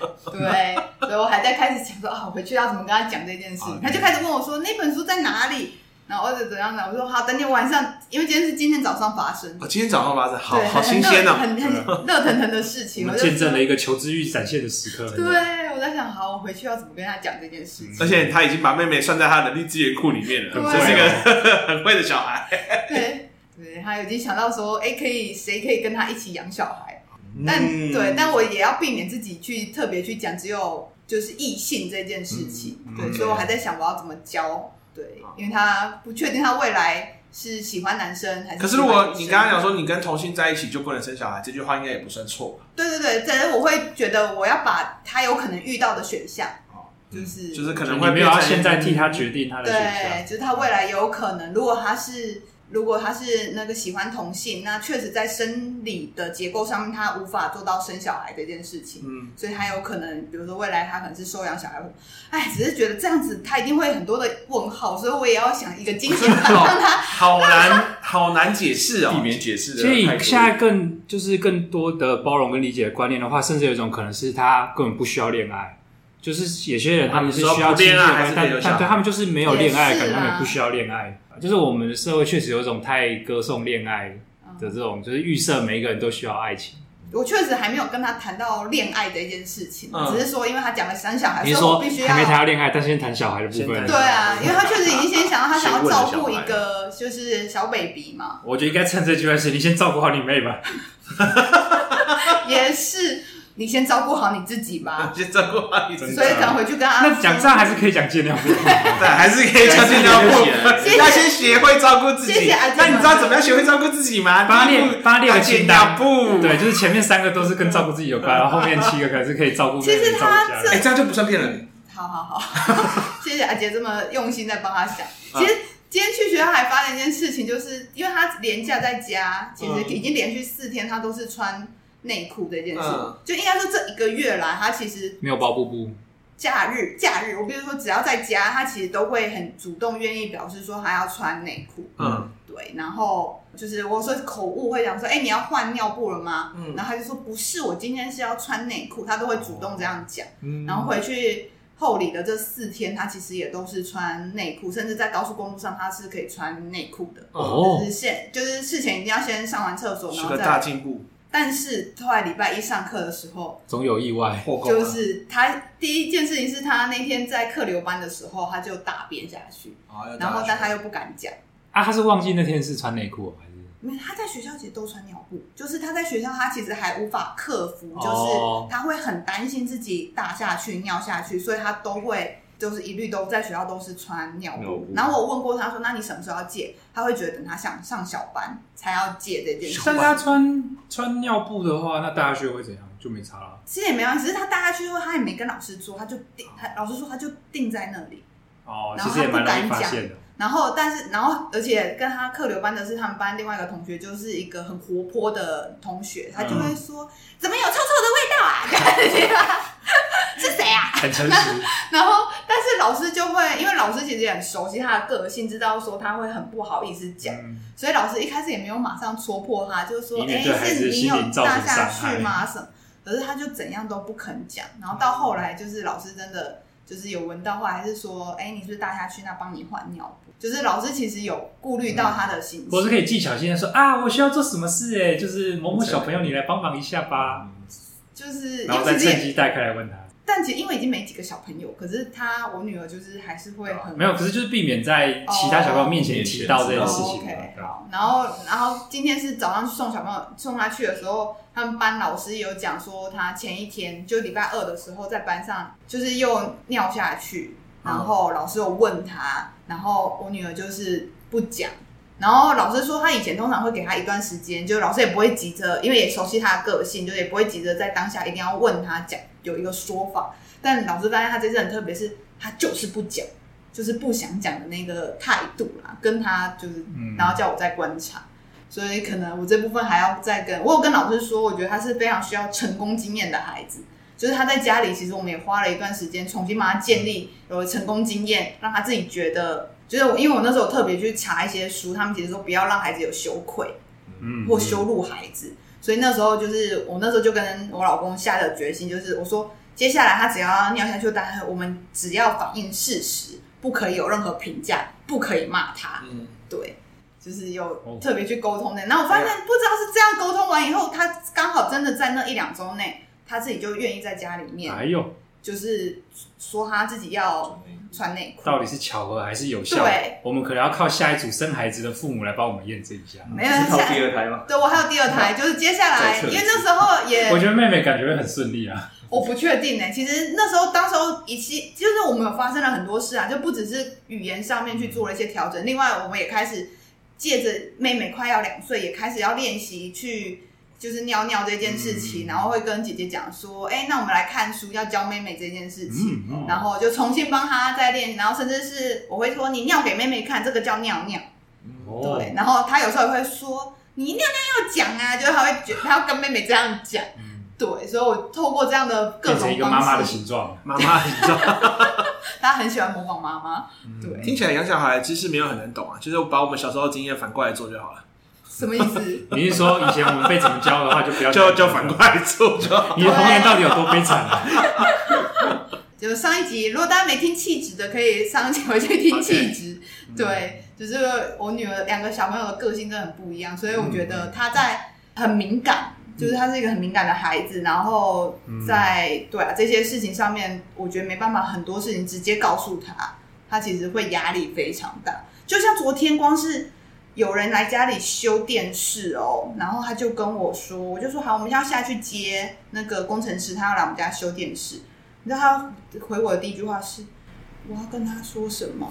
[SPEAKER 3] <laughs> 对，所以我还在开始想说啊，我回去要怎么跟他讲这件
[SPEAKER 2] 啊
[SPEAKER 3] 事情。
[SPEAKER 1] OK
[SPEAKER 3] 他就开始问我说那本书在哪里，然后或者怎样的。我说好，等你晚上，因为今天是今天早上发生的，
[SPEAKER 1] 我哦今天早上发生，好
[SPEAKER 3] 对，
[SPEAKER 1] 好新鲜
[SPEAKER 3] 的，
[SPEAKER 1] 哦。
[SPEAKER 3] 很很很热腾腾的事
[SPEAKER 2] 啊嗯我
[SPEAKER 3] 情。我
[SPEAKER 2] 们
[SPEAKER 3] 就
[SPEAKER 2] 见证了一个求知欲展现的时刻。
[SPEAKER 3] 对，我在想，好，我回去要怎么跟他讲这件事情。
[SPEAKER 1] 而且他已经把妹妹算在他的能力资源库里面了，
[SPEAKER 3] 对
[SPEAKER 1] 这是一个很会的小孩。
[SPEAKER 3] 对，对他已经想到说，哎，可以谁可以跟他一起养小孩？但、
[SPEAKER 1] 嗯
[SPEAKER 3] 对，但我也要避免自己去特别去讲只有就是异性这件事情，
[SPEAKER 2] 嗯
[SPEAKER 3] 对，
[SPEAKER 2] 嗯
[SPEAKER 3] 所以我还在想我要怎么教，对
[SPEAKER 1] 好，
[SPEAKER 3] 因为他不确定他未来是喜欢男生还是
[SPEAKER 1] 可
[SPEAKER 3] 喜
[SPEAKER 1] 是
[SPEAKER 3] 欢
[SPEAKER 1] 如
[SPEAKER 3] 女生。
[SPEAKER 1] 果你刚刚讲说你跟同性在一起就不能生小孩，这句话应该也不算错吧？
[SPEAKER 3] 对对对，但是我会觉得我要把他有可能遇到的选项
[SPEAKER 1] 哦，
[SPEAKER 3] 就是
[SPEAKER 1] 就是可
[SPEAKER 2] 可
[SPEAKER 1] 能
[SPEAKER 2] 能
[SPEAKER 1] 会
[SPEAKER 2] 会没
[SPEAKER 1] 变
[SPEAKER 2] 有要
[SPEAKER 1] 成
[SPEAKER 2] 现在替他决定他的选
[SPEAKER 3] 对，
[SPEAKER 2] 项。
[SPEAKER 3] 就是他未来有可能，如果他是如果他是那个喜欢同性，那确实在生理的结构上面，他无法做到生小孩这件事情。
[SPEAKER 1] 嗯，
[SPEAKER 3] 所以他有可能，比如说未来他可能是收养小孩，哎，只是觉得这样子他一定会很多的问号，所以我也要想一个惊喜
[SPEAKER 2] <laughs>
[SPEAKER 3] 法
[SPEAKER 2] 哦
[SPEAKER 3] 让他
[SPEAKER 1] 好难 <laughs> 好难解释哦
[SPEAKER 4] 避。免解释的
[SPEAKER 2] 所以
[SPEAKER 4] 太多
[SPEAKER 2] 现在更就是更多的包容跟理解的观念的话，甚至有一种可能是他根本不需要恋爱，就是有些人他们是
[SPEAKER 1] 你说
[SPEAKER 2] 需要
[SPEAKER 1] 不恋爱
[SPEAKER 2] 亲密的
[SPEAKER 1] 还是
[SPEAKER 2] 但
[SPEAKER 1] 没有小孩
[SPEAKER 2] 但对他们就是没有恋爱，
[SPEAKER 3] 也是啊
[SPEAKER 2] 感觉他们也不需要恋爱。就是我们的社会确实有一种太歌颂恋爱的这种，就是预设每一个人都需要爱情。
[SPEAKER 3] 我确实还没有跟他谈到恋爱的一件事情，
[SPEAKER 1] 嗯
[SPEAKER 3] 只是说因为他讲了生小孩，
[SPEAKER 2] 你是
[SPEAKER 3] 啊所以我
[SPEAKER 2] 说
[SPEAKER 3] 必须
[SPEAKER 2] 还
[SPEAKER 3] 要
[SPEAKER 2] 没谈到恋爱，但是先谈小孩的部
[SPEAKER 1] 先谈
[SPEAKER 2] 分
[SPEAKER 3] 对，啊，因为他确实已经先想到他想要照顾一
[SPEAKER 4] 先问
[SPEAKER 3] 个
[SPEAKER 2] <laughs>
[SPEAKER 3] 就是小 baby 嘛，
[SPEAKER 2] 我觉得应该趁这句话时，你先照顾好你妹吧。
[SPEAKER 3] 也是你先照顾好你自
[SPEAKER 2] <laughs>
[SPEAKER 3] 己吧。
[SPEAKER 1] 先照顾好你自己，
[SPEAKER 3] 所以
[SPEAKER 2] 啊
[SPEAKER 3] 等回去跟阿
[SPEAKER 2] 那讲这样还是可以讲尽量不
[SPEAKER 3] <laughs>
[SPEAKER 1] 对，还是可以叫尽量不
[SPEAKER 3] 谢谢
[SPEAKER 1] 要先学会照顾自己。
[SPEAKER 3] 谢谢阿健
[SPEAKER 1] 那你知道怎么样学会照顾自己吗？
[SPEAKER 2] 八
[SPEAKER 1] 第一
[SPEAKER 2] 列
[SPEAKER 1] 步
[SPEAKER 2] 八列
[SPEAKER 1] 要
[SPEAKER 2] 的
[SPEAKER 1] 减
[SPEAKER 2] 清
[SPEAKER 1] 压
[SPEAKER 2] 单，
[SPEAKER 1] 步。
[SPEAKER 2] 对，就是前面三个都是跟照顾自己有关，然后后面七个可能是可以照顾
[SPEAKER 3] 其
[SPEAKER 2] 妹
[SPEAKER 3] 实
[SPEAKER 2] 妹、照
[SPEAKER 3] 他
[SPEAKER 2] 顾家
[SPEAKER 3] 这
[SPEAKER 2] 人。
[SPEAKER 1] 哎，这样就不算骗人。
[SPEAKER 3] 好好好， <laughs> 谢谢阿杰这么用心在帮他想。其实今天去学校还发现一件事情，就是因为他连假在家，其实
[SPEAKER 1] 嗯
[SPEAKER 3] 已经连续四天他都是穿内裤这件事，
[SPEAKER 1] 嗯
[SPEAKER 3] 就应该说这一个月来，他其实
[SPEAKER 2] 没有包布布，
[SPEAKER 3] 假日假日，我比如说只要在家，他其实都会很主动愿意表示说他要穿内裤。
[SPEAKER 1] 嗯
[SPEAKER 3] 对，然后就是我说口误会讲说，哎、你要换尿布了吗？
[SPEAKER 1] 嗯
[SPEAKER 3] 然后他就说不是，我今天是要穿内裤，他都会主动这样讲。
[SPEAKER 1] 嗯
[SPEAKER 3] 然后回去后里的这四天，他其实也都是穿内裤，甚至在高速公路上他是可以穿内裤的。
[SPEAKER 2] 哦
[SPEAKER 3] 就是现就是事前一定要先上完厕所，然
[SPEAKER 1] 是
[SPEAKER 3] 后
[SPEAKER 1] 个大
[SPEAKER 3] 再。
[SPEAKER 1] 进步，
[SPEAKER 3] 但是后来礼拜一上课的时候，
[SPEAKER 2] 总有意外。
[SPEAKER 1] 破功啊
[SPEAKER 3] 就
[SPEAKER 1] 了。
[SPEAKER 3] 是他第一件事情是他那天在客流班的时候，他就大便下去，
[SPEAKER 1] 好哦要
[SPEAKER 3] 然后
[SPEAKER 1] 大家
[SPEAKER 3] 但他又不敢讲。
[SPEAKER 2] 啊，他是忘记那天是穿内裤哦还是？
[SPEAKER 3] 没有，他在学校其实都穿尿布，就是他在学校他其实还无法克服，
[SPEAKER 2] 哦
[SPEAKER 3] 就是他会很担心自己大下去、尿下去，所以他都会就是一律都在学校都是穿尿布。
[SPEAKER 4] 尿布
[SPEAKER 3] 然后我问过他说：“那你什么时候要戒？”他会觉得等他想上小班才要戒这件
[SPEAKER 2] 但
[SPEAKER 3] 事
[SPEAKER 2] 是。他穿穿尿布的话，那大家学会怎样？就没差了。
[SPEAKER 3] 其实也没关系，只是他大下去之后，他也没跟老师说，他就定，他老师说他就定在那里。
[SPEAKER 2] 哦，
[SPEAKER 3] 然
[SPEAKER 2] 其
[SPEAKER 3] 后
[SPEAKER 2] 实也蛮容易
[SPEAKER 3] 他
[SPEAKER 2] 发
[SPEAKER 3] 不敢
[SPEAKER 2] 现的。
[SPEAKER 3] 然后，但是，然后，而且跟他客流班的是他们班另外一个同学，就是一个很活泼的同学，他就会说：“怎么有臭臭的味道啊？”是谁啊？
[SPEAKER 2] 很诚
[SPEAKER 3] <laughs>
[SPEAKER 2] 实，
[SPEAKER 3] 然后，但是老师就会，因为老师其实也很熟悉他的个性，知道说他会很不好意思讲，
[SPEAKER 2] 嗯
[SPEAKER 3] 所以老师一开始也没有马上戳破他，就是说：“
[SPEAKER 2] 以免
[SPEAKER 3] 哎，
[SPEAKER 2] 对孩子
[SPEAKER 3] 是你
[SPEAKER 2] 心
[SPEAKER 3] 有
[SPEAKER 2] 灵造
[SPEAKER 3] 大
[SPEAKER 2] 成
[SPEAKER 3] 下
[SPEAKER 2] 伤害
[SPEAKER 3] 去吗？”什么？可是他就怎样都不肯讲，然后到后来就是老师真的就是有闻到话，还是说：“哎，你是不是大下去？那帮你换尿布。”就是老师其实有顾虑到他的心
[SPEAKER 2] 嗯我是
[SPEAKER 3] 情，
[SPEAKER 2] 可以技巧性的说啊，我需要做什么事哎、就是某某小朋友，你来帮忙一下吧。
[SPEAKER 3] 就是
[SPEAKER 2] 然后
[SPEAKER 3] 嗯因
[SPEAKER 2] 再
[SPEAKER 3] 为其实
[SPEAKER 2] 趁
[SPEAKER 3] 也，
[SPEAKER 2] 机带开来问他。
[SPEAKER 3] 但其实因为已经没几个小朋友，可是他我女儿就是还是会很
[SPEAKER 2] 没有，可是就是避免在其他小朋友面前提到这件事情嘛。
[SPEAKER 3] 哦，OK，
[SPEAKER 2] 对啊吧
[SPEAKER 3] 然后，然后今天是早上去送小朋友送他去的时候，他们班老师有讲说，他前一天就礼拜二的时候在班上就是又尿下去，
[SPEAKER 2] 嗯
[SPEAKER 3] 然后老师有问他，然后我女儿就是不讲。然后老师说，他以前通常会给他一段时间，就老师也不会急着，因为也熟悉他的个性，就也不会急着在当下一定要问他讲有一个说法。但老师发现他这次很特别，是他就是不讲，就是不想讲的那个态度啦，跟他就是
[SPEAKER 2] 嗯，
[SPEAKER 3] 然后叫我再观察。所以可能我这部分还要再跟我有跟老师说，我觉得他是非常需要成功经验的孩子，就是他在家里，其实我们也花了一段时间重新帮他建立有了成功经验，让他自己觉得，就是我因为我那时候特别去查一些书，他们其实说不要让孩子有羞愧
[SPEAKER 2] 嗯
[SPEAKER 3] 或羞辱孩子，所以那时候就是我那时候就跟我老公下了决心，就是我说接下来他只要尿下去，但我们只要反映事实，不可以有任何评价，不可以骂他，
[SPEAKER 1] 嗯，
[SPEAKER 3] 对，就是
[SPEAKER 2] 哦
[SPEAKER 3] 有特别去沟通的。然后我发现不知道是这样沟通完以后，他刚好真的在那一两周内，他自己就愿意在家里
[SPEAKER 2] 哎
[SPEAKER 3] 面，
[SPEAKER 2] 呦，
[SPEAKER 3] 就是说他自己要穿内裤。
[SPEAKER 2] 到底是巧合还是有效
[SPEAKER 3] 对？
[SPEAKER 2] 我们可能要靠下一组生孩子的父母来帮我们验证一下。
[SPEAKER 3] 没有
[SPEAKER 4] 是靠
[SPEAKER 3] 下
[SPEAKER 4] 第二胎吗？
[SPEAKER 3] 对我还有第二胎，就是接下
[SPEAKER 4] 再
[SPEAKER 3] 来，
[SPEAKER 4] 测
[SPEAKER 3] 因
[SPEAKER 4] 一次
[SPEAKER 3] 为那时候也
[SPEAKER 2] 我觉得妹妹感觉会很顺利啊。
[SPEAKER 3] 我不确定呢、欸其实那时候，当时候一期就是我们有发生了很多事啊，就不只是语言上面去做了一些调整，另外我们也开始借着妹妹快要两岁，也开始要练习去就是尿尿这件事情，然后会跟姐姐讲说，哎、那我们来看书，要教妹妹这件事情，
[SPEAKER 2] 嗯哦
[SPEAKER 3] 然后就重新帮她再练，然后甚至是我会说你尿给妹妹看，这个叫尿尿，
[SPEAKER 2] 哦
[SPEAKER 3] 对，，然后她有时候也会说你尿尿要讲啊，就是她会觉她要跟妹妹这样讲，
[SPEAKER 2] 嗯
[SPEAKER 3] 对，所以我透过这样的各
[SPEAKER 2] 变
[SPEAKER 3] 种
[SPEAKER 2] 成一个妈妈
[SPEAKER 3] 方
[SPEAKER 2] 的
[SPEAKER 3] 式，
[SPEAKER 2] 形状，
[SPEAKER 1] 妈妈，你知
[SPEAKER 2] <laughs>
[SPEAKER 1] 道，
[SPEAKER 3] 大家很喜欢模仿妈妈，
[SPEAKER 2] 嗯
[SPEAKER 3] 对
[SPEAKER 1] 听起来养小孩其实没有很难懂啊，就是把我们小时候的经验反过来做就好了，
[SPEAKER 3] 什么意思？
[SPEAKER 2] 你是说以前我们被怎么教的话，就不
[SPEAKER 1] <laughs>
[SPEAKER 2] 要
[SPEAKER 1] 就就反过来做就
[SPEAKER 2] <laughs>
[SPEAKER 1] 好。
[SPEAKER 2] 你的童年到底有多悲惨啊？
[SPEAKER 3] 就上一集，如果大家没听气质的，可以上一集回去听气质。对，就是我女儿两个小朋友的个性真的很不一样，所以我觉得她在很敏感，就是她是一个很敏感的孩子，然后在、对啊这些事情上面，我觉得没办法，很多事情直接告诉她，她其实会压力非常大。就像昨天，光是有人来家里修电视哦，然后他就跟我说，我就说好，我们要下去接那个工程师，他要来我们家修电视。你知道他回我的第一句话是：“我要跟他说什 <laughs> 么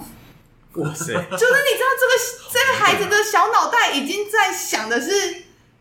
[SPEAKER 4] 哇塞，？”
[SPEAKER 3] 就是你知道这个这个孩子的小脑袋已经在想的是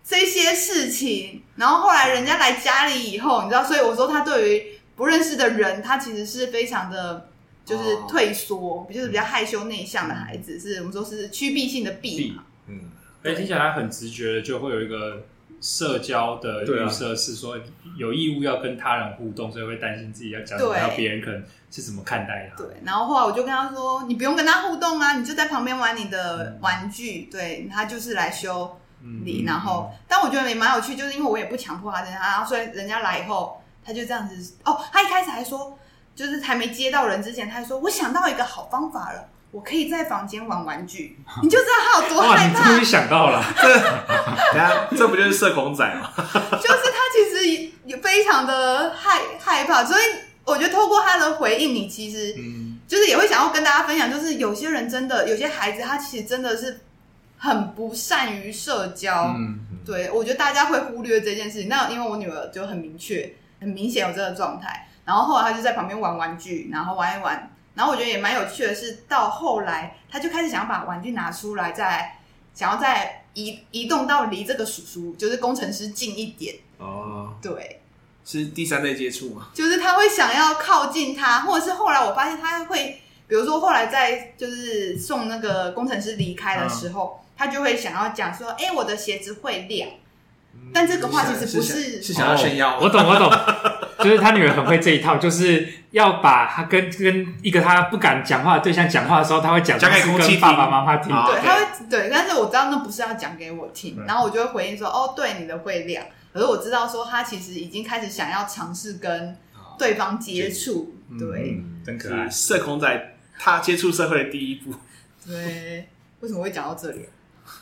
[SPEAKER 3] 这些事情，然后后来人家来家里以后，你知道，所以我说他对于不认识的人，他其实是非常的。就是
[SPEAKER 1] 哦
[SPEAKER 3] 退缩，就是比较害羞内向的孩子，是我们说是趋避性的避嘛，
[SPEAKER 4] 嗯，
[SPEAKER 2] 哎，听起来很直觉的，就会有一个社交的
[SPEAKER 1] 对啊
[SPEAKER 2] 预设是说哎有义务要跟他人互动，所以会担心自己要讲什么，
[SPEAKER 3] 对
[SPEAKER 2] 然后别人可能是怎么看待他。
[SPEAKER 3] 对，然后后来我就跟他说，你不用跟他互动啊，你就在旁边玩你的玩具，对他就是来修
[SPEAKER 2] 嗯，
[SPEAKER 3] 理，然后但我觉得也蛮有趣，就是因为我也不强迫他这样，然后所以人家来以后，他就这样子哦，他一开始还说，就是还没接到人之前，他还说我想到一个好方法了。我可以在房间玩玩具，
[SPEAKER 2] <laughs>
[SPEAKER 3] 你就知道他有多
[SPEAKER 2] 哇，
[SPEAKER 3] 害
[SPEAKER 2] 你
[SPEAKER 3] 怕。
[SPEAKER 2] 终于想到了，
[SPEAKER 1] 等一下，这不就是社恐仔吗？
[SPEAKER 3] 就是他其实也也非常的害害怕，所以我觉得透过他的回应，你其实
[SPEAKER 2] 嗯，
[SPEAKER 3] 就是也会想要跟大家分享，就是有些人真的，有些孩子他其实真的是很不善于社交。
[SPEAKER 2] 嗯
[SPEAKER 3] 对，我觉得大家会忽略这件事情。那因为我女儿就很明确、很明显有这个状态，然后后来她就在旁边玩玩具，然后玩一玩。然后我觉得也蛮有趣的是，到后来她就开始想要把玩具拿出来，再想要再移移动到离这个叔叔就是工程师近一点。
[SPEAKER 4] 哦，
[SPEAKER 3] 对，
[SPEAKER 1] 是第三类接触吗？
[SPEAKER 3] 就是他会想要靠近他，或者是后来我发现他会，比如说后来在就是送那个工程师离开的时
[SPEAKER 1] 嗯
[SPEAKER 3] 候，他就会想要讲说：“哎、我的鞋子会亮。”但这个话其实
[SPEAKER 1] 嗯
[SPEAKER 3] 不
[SPEAKER 1] 是
[SPEAKER 3] 是，
[SPEAKER 1] 想要炫耀
[SPEAKER 2] 哦我
[SPEAKER 1] 吗？
[SPEAKER 2] 懂，我懂，就是他女儿很会这一套，就是要把他跟跟一个他不敢讲话的对象讲话的时候，他会假装
[SPEAKER 1] 讲给
[SPEAKER 2] 是
[SPEAKER 1] 空气
[SPEAKER 2] 跟爸
[SPEAKER 1] 听
[SPEAKER 2] 爸妈妈听。
[SPEAKER 1] 好
[SPEAKER 3] 对，
[SPEAKER 1] OK 嗯
[SPEAKER 3] 他会对，但是我知道那不是要讲给我听，
[SPEAKER 2] 对
[SPEAKER 3] 然后我就会回应说：“哦，对，你的会亮。”可是我知道说他其实已经开始想要尝试跟
[SPEAKER 1] 哦
[SPEAKER 3] 对方接触，对、
[SPEAKER 4] 嗯，
[SPEAKER 2] 真可
[SPEAKER 1] 是社恐仔他接触社会的第一步。
[SPEAKER 3] 对，为什么会讲到这里？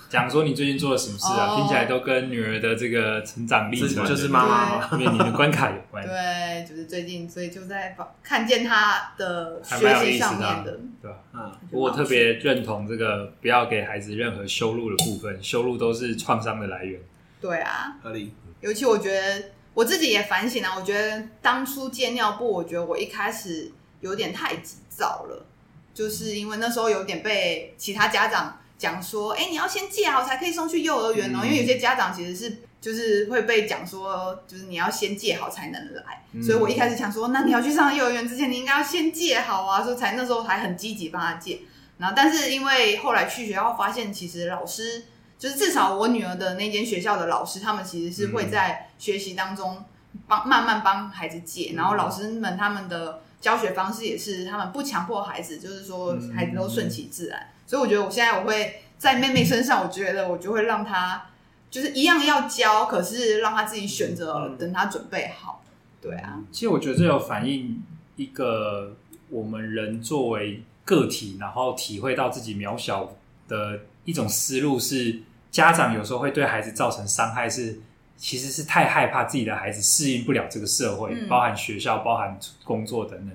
[SPEAKER 2] 讲说你最近做了什么事啊？
[SPEAKER 3] 哦
[SPEAKER 2] 听起来都跟女儿的这个成长历程，
[SPEAKER 1] 这就是妈
[SPEAKER 3] 妈嘛
[SPEAKER 2] 因为你的关卡有
[SPEAKER 3] <laughs>
[SPEAKER 2] 关，
[SPEAKER 3] 对，就是最近，所以就在看见他的
[SPEAKER 2] 还蛮
[SPEAKER 3] 学
[SPEAKER 2] 有
[SPEAKER 3] 习
[SPEAKER 2] 意思
[SPEAKER 3] 上
[SPEAKER 2] 的
[SPEAKER 3] 面
[SPEAKER 2] 啊
[SPEAKER 3] 的。
[SPEAKER 2] 对吧？
[SPEAKER 1] 嗯，
[SPEAKER 2] 我特别认同这个，不要给孩子任何羞辱的部分，羞辱都是创伤的来源。
[SPEAKER 3] 对啊，
[SPEAKER 1] 合理。
[SPEAKER 3] 尤其我觉得我自己也反省啊，我觉得当初戒尿布，我觉得我一开始有点太急躁了，就是因为那时候有点被其他家长讲说，哎、你要先戒好才可以送去幼儿园哦、
[SPEAKER 2] 嗯
[SPEAKER 3] 因为有些家长其实是就是会被讲说，就是你要先戒好才能来，所以我一开始想说，那你要去上幼儿园之前，你应该要先戒好啊，所以才那时候还很积极帮啊他戒。然后，但是因为后来去学校发现，其实老师就是至少我女儿的那间学校的老师，他们其实是会在学习当中帮慢慢帮孩子戒，然后老师们他们的教学方式也是他们不强迫孩子，就是说
[SPEAKER 2] 嗯
[SPEAKER 3] 孩子都顺其自然。所以我觉得我现在我会在妹妹身上，我觉得我就会让她就是一样要教，可是让她自己选择，
[SPEAKER 1] 嗯
[SPEAKER 3] 等她准备好。对啊，
[SPEAKER 2] 其实我觉得这有反映一个我们人作为个体，然后体会到自己渺小的一种思路是，家长有时候会对孩子造成伤害是，其实是太害怕自己的孩子适应不了这个社会，
[SPEAKER 3] 嗯
[SPEAKER 2] 包含学校、包含工作等等。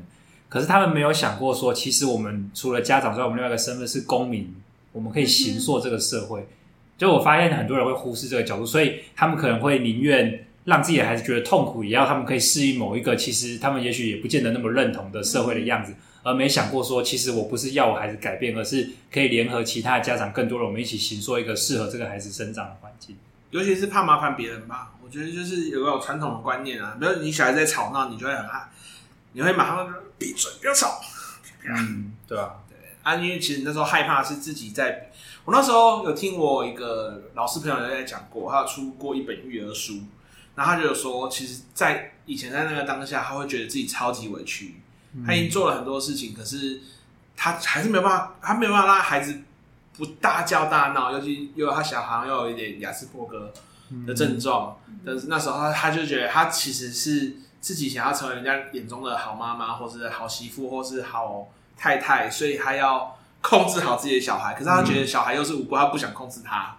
[SPEAKER 2] 可是他们没有想过说，其实我们除了家长之外，我们另外一个身份是公民，我们可以形塑这个社会。就我发现很多人会忽视这个角度，所以他们可能会宁愿让自己的孩子觉得痛苦，也要他们可以适应某一个其实他们也许也不见得那么认同的社会的样子，而没想过说，其实我不是要我孩子改变，而是可以联合其他的家长，更多的我们一起形塑一个适合这个孩子生长的环境。
[SPEAKER 1] 尤其是怕麻烦别人吧，我觉得就是有个传统的观念啊，比如你小孩在吵闹，你就会很啊，你会马上就闭嘴，不要吵。
[SPEAKER 2] 嗯，对啊，
[SPEAKER 1] 啊，因为其实那时候害怕是自己在，我那时候有听我一个老师朋友在讲过，他有出过一本育儿书，然后他就有说，其实，在以前在那个当下，他会觉得自己超级委屈，他已经做了很多事情，可是他还是没有办法，他没有办法让孩子不大叫大闹，尤其又有他小孩又有一点雅斯伯格的
[SPEAKER 2] 嗯
[SPEAKER 1] 症状，但是那时候他他就觉得他其实是自己想要成为人家眼中的好妈妈，或是好媳妇，或是好太太，所以他要控制好自己的小孩。可是他
[SPEAKER 2] 嗯
[SPEAKER 1] 觉得小孩又是无辜，他不想控制他，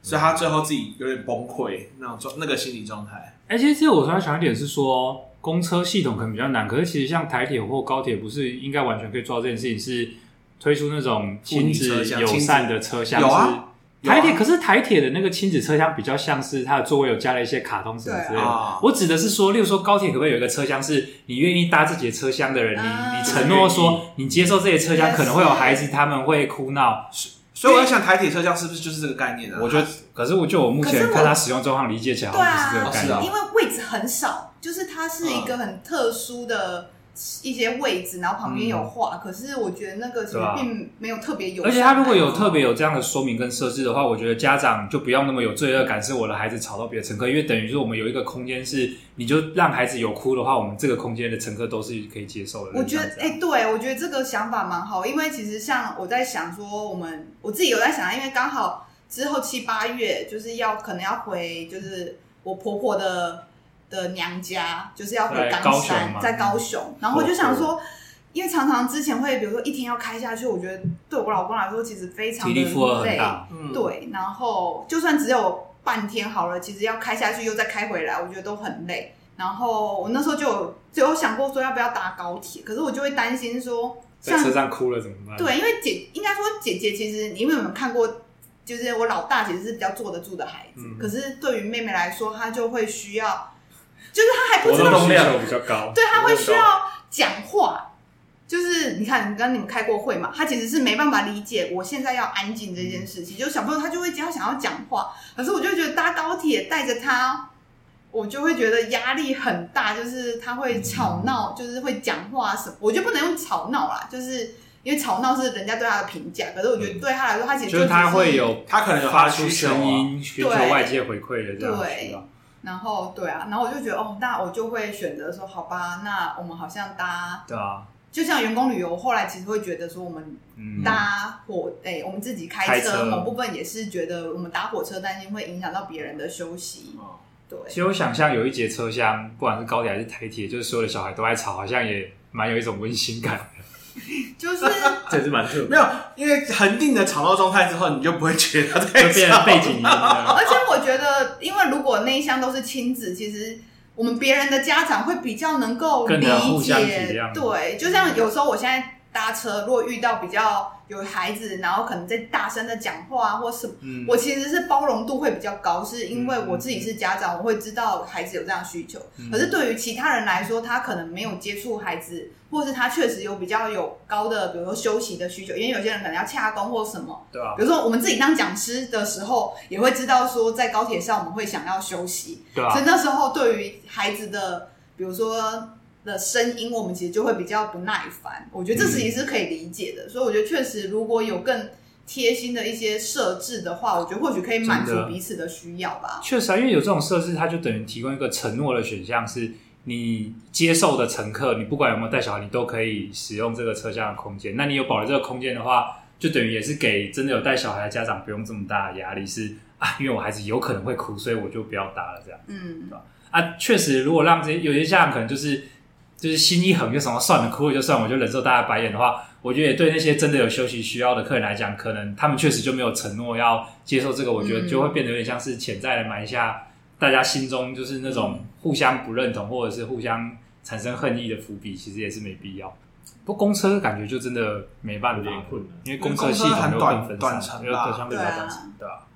[SPEAKER 1] 所以他最后自己有点崩溃那种状那个心理状态。
[SPEAKER 2] 哎、其实这个我突然想一点是说，公车系统可能比较难，可是其实像台铁或高铁，不是应该完全可以做到这件事情，是推出那种亲子友善的车厢。
[SPEAKER 1] 有啊
[SPEAKER 2] 是台铁
[SPEAKER 1] 有啊
[SPEAKER 2] 可是台铁的那个亲子车厢比较像是它的座位有加了一些卡通什么之类
[SPEAKER 1] 对
[SPEAKER 2] 的。
[SPEAKER 1] 啊
[SPEAKER 2] 我指的是说，例如说高铁可不可以有一个车厢是你愿意搭自己的车厢的人，你
[SPEAKER 3] 啊
[SPEAKER 2] 你承诺说你接受这些车厢可能会有孩子他们会哭闹，
[SPEAKER 1] 所以我在想，台铁车厢是不是就是这个概念啊？
[SPEAKER 2] 我觉得，可是我就我目
[SPEAKER 3] 可
[SPEAKER 2] 前
[SPEAKER 3] 是我
[SPEAKER 2] 看他使用状况理解起来好
[SPEAKER 3] 对
[SPEAKER 2] 像不是这
[SPEAKER 3] 啊
[SPEAKER 2] 个概念。
[SPEAKER 1] 哦是啊
[SPEAKER 3] 因为位置很少，就是它是一个很特殊的一些位置，然后旁边有画，可是我觉得那个其实
[SPEAKER 2] 对啊
[SPEAKER 3] 并没有特别有。
[SPEAKER 2] 而且他如果有特
[SPEAKER 1] 哎
[SPEAKER 2] 别有这样的说明跟设置的话，我觉得家长就不用那么有罪恶感，是我的孩子吵到别的乘客，因为等于是我们有一个空间是，你就让孩子有哭的话，我们这个空间的乘客都是可以接受的。
[SPEAKER 3] 我觉得，
[SPEAKER 2] 这
[SPEAKER 3] 哎、
[SPEAKER 2] 样子啊
[SPEAKER 3] 对我觉得这个想法蛮好，因为其实像我在想说，我们我自己有在想，啊因为刚好之后七八月就是要可能要回，就是我婆婆的的娘家，就是要回
[SPEAKER 2] 在
[SPEAKER 3] 冈
[SPEAKER 2] 高雄
[SPEAKER 3] 山，
[SPEAKER 2] 嘛嗯
[SPEAKER 3] 在高雄，然后我就想说。因为常常之前会，比如说一天要开下去，我觉得对我老公来说其实非常
[SPEAKER 2] 体力
[SPEAKER 3] 的
[SPEAKER 2] 负荷很
[SPEAKER 3] 累，
[SPEAKER 2] 大，
[SPEAKER 1] 嗯，
[SPEAKER 3] 对，然后就算只有半天好了，其实要开下去又再开回来，我觉得都很累。然后我那时候就有就有想过说要不要搭高铁，可是我就会担心说，
[SPEAKER 2] 在
[SPEAKER 3] 像
[SPEAKER 2] 车上哭了怎么办？，
[SPEAKER 3] 对，因为姐应该说姐姐其实你有没有看过？就是我老大其实是比较坐得住的孩子，
[SPEAKER 2] 嗯
[SPEAKER 3] 可是对于妹妹来说，她就会需要，就是她还不
[SPEAKER 2] 活
[SPEAKER 3] 知
[SPEAKER 2] 动
[SPEAKER 3] 道
[SPEAKER 2] 需求比较高。
[SPEAKER 3] 对，他会需要讲话。就是你看，跟你们开过会嘛，他其实是没办法理解我现在要安静这件事情。就是小朋友他就会只要想要讲话，可是我就会觉得搭高铁带着他，我就会觉得压力很大，就是他会吵闹，就是会讲话什么，我就不能用吵闹啦，就是因为吵闹是人家对他的评价，可是我觉得对他来说，他其实
[SPEAKER 2] 就是
[SPEAKER 3] 只
[SPEAKER 2] 他
[SPEAKER 3] 是
[SPEAKER 2] 会有
[SPEAKER 1] 他可能有他
[SPEAKER 2] 发
[SPEAKER 1] 的
[SPEAKER 2] 出
[SPEAKER 1] 需求啊
[SPEAKER 2] 声音，寻求
[SPEAKER 3] 对
[SPEAKER 2] 外界回馈的这样
[SPEAKER 3] 对
[SPEAKER 2] 子啊。
[SPEAKER 3] 然后对啊，然后我就觉得哦，那我就会选择说，好吧，那我们好像搭
[SPEAKER 2] 对啊，
[SPEAKER 3] 就像员工旅游，后来其实会觉得说，我们
[SPEAKER 2] 嗯，
[SPEAKER 3] 搭火，哎、我们自己开
[SPEAKER 2] 开
[SPEAKER 3] 车
[SPEAKER 2] 车
[SPEAKER 3] 某部分也是觉得我们搭火车担心会影响到别人的休息。
[SPEAKER 1] 哦
[SPEAKER 3] 对，
[SPEAKER 2] 其实我想象有一节车厢，不管是高铁还是台铁，就是所有的小孩都在吵，好像也蛮有一种温馨感的。
[SPEAKER 3] 就是
[SPEAKER 4] 这也是蛮特别
[SPEAKER 1] 没。有，因为恒定的吵闹状态之后，你就不会觉得他
[SPEAKER 2] 就
[SPEAKER 1] 在
[SPEAKER 2] 变
[SPEAKER 1] 吵
[SPEAKER 2] 成。背景音了。
[SPEAKER 3] 而且我觉得，因为如果那一箱都是亲子，其实我们别人的家长会比较能够
[SPEAKER 2] 更
[SPEAKER 3] 理
[SPEAKER 2] 能互相体
[SPEAKER 3] 解
[SPEAKER 2] 谅。
[SPEAKER 3] 对，就像有时候我现在搭车，如果遇到比较有孩子，然后可能在大声的讲话或什么，
[SPEAKER 2] 嗯，
[SPEAKER 3] 我其实是包容度会比较高，是因为我自己是家长，我会知道孩子有这样的需求。
[SPEAKER 2] 嗯
[SPEAKER 3] 可是对于其他人来说，他可能没有接触孩子，或是他确实有比较有高的，比如说休息的需求，因为有些人可能要洽工或什么。
[SPEAKER 2] 对啊，
[SPEAKER 3] 比如说我们自己当讲师的时候，也会知道说在高铁上我们会想要休息，
[SPEAKER 2] 对
[SPEAKER 3] 所以
[SPEAKER 2] 啊，
[SPEAKER 3] 那时候对于孩子的，比如说的声音，我们其实就会比较不耐烦。我觉得这其实是可以理
[SPEAKER 2] 嗯
[SPEAKER 3] 解的，所以我觉得确实如果有更贴心的一些设置的话，我觉得或许可以满
[SPEAKER 2] 真的
[SPEAKER 3] 足彼此的需要吧。
[SPEAKER 2] 确实啊，因为有这种设置，它就等于提供一个承诺的选项，是你接受的乘客，你不管有没有带小孩，你都可以使用这个车厢的空间。那你有保留这个空间的话，就等于也是给真的有带小孩的家长不用这么大的压力，是啊，因为我孩子有可能会哭，所以我就不要搭了这样。
[SPEAKER 3] 嗯，
[SPEAKER 2] 啊，确实，如果让这些有些家长可能就是就是心一横，就什么算了，哭了就算，我就忍受大家白眼的话，我觉得也对那些真的有休息需要的客人来讲，可能他们确实就没有承诺要接受这个，我觉得就会变得有点像是潜在的埋下大家心中就是那种互相不认同或者是互相产生恨意的伏笔，其实也是没必要。不过公车感觉就真的没办
[SPEAKER 4] 有
[SPEAKER 2] 法
[SPEAKER 4] 点，困难
[SPEAKER 2] 因为公车系统
[SPEAKER 1] 因为
[SPEAKER 2] 又更分
[SPEAKER 1] 公车很短
[SPEAKER 2] 散
[SPEAKER 1] 短，程吧
[SPEAKER 2] 因为相对比较啊嗯短程，对吧、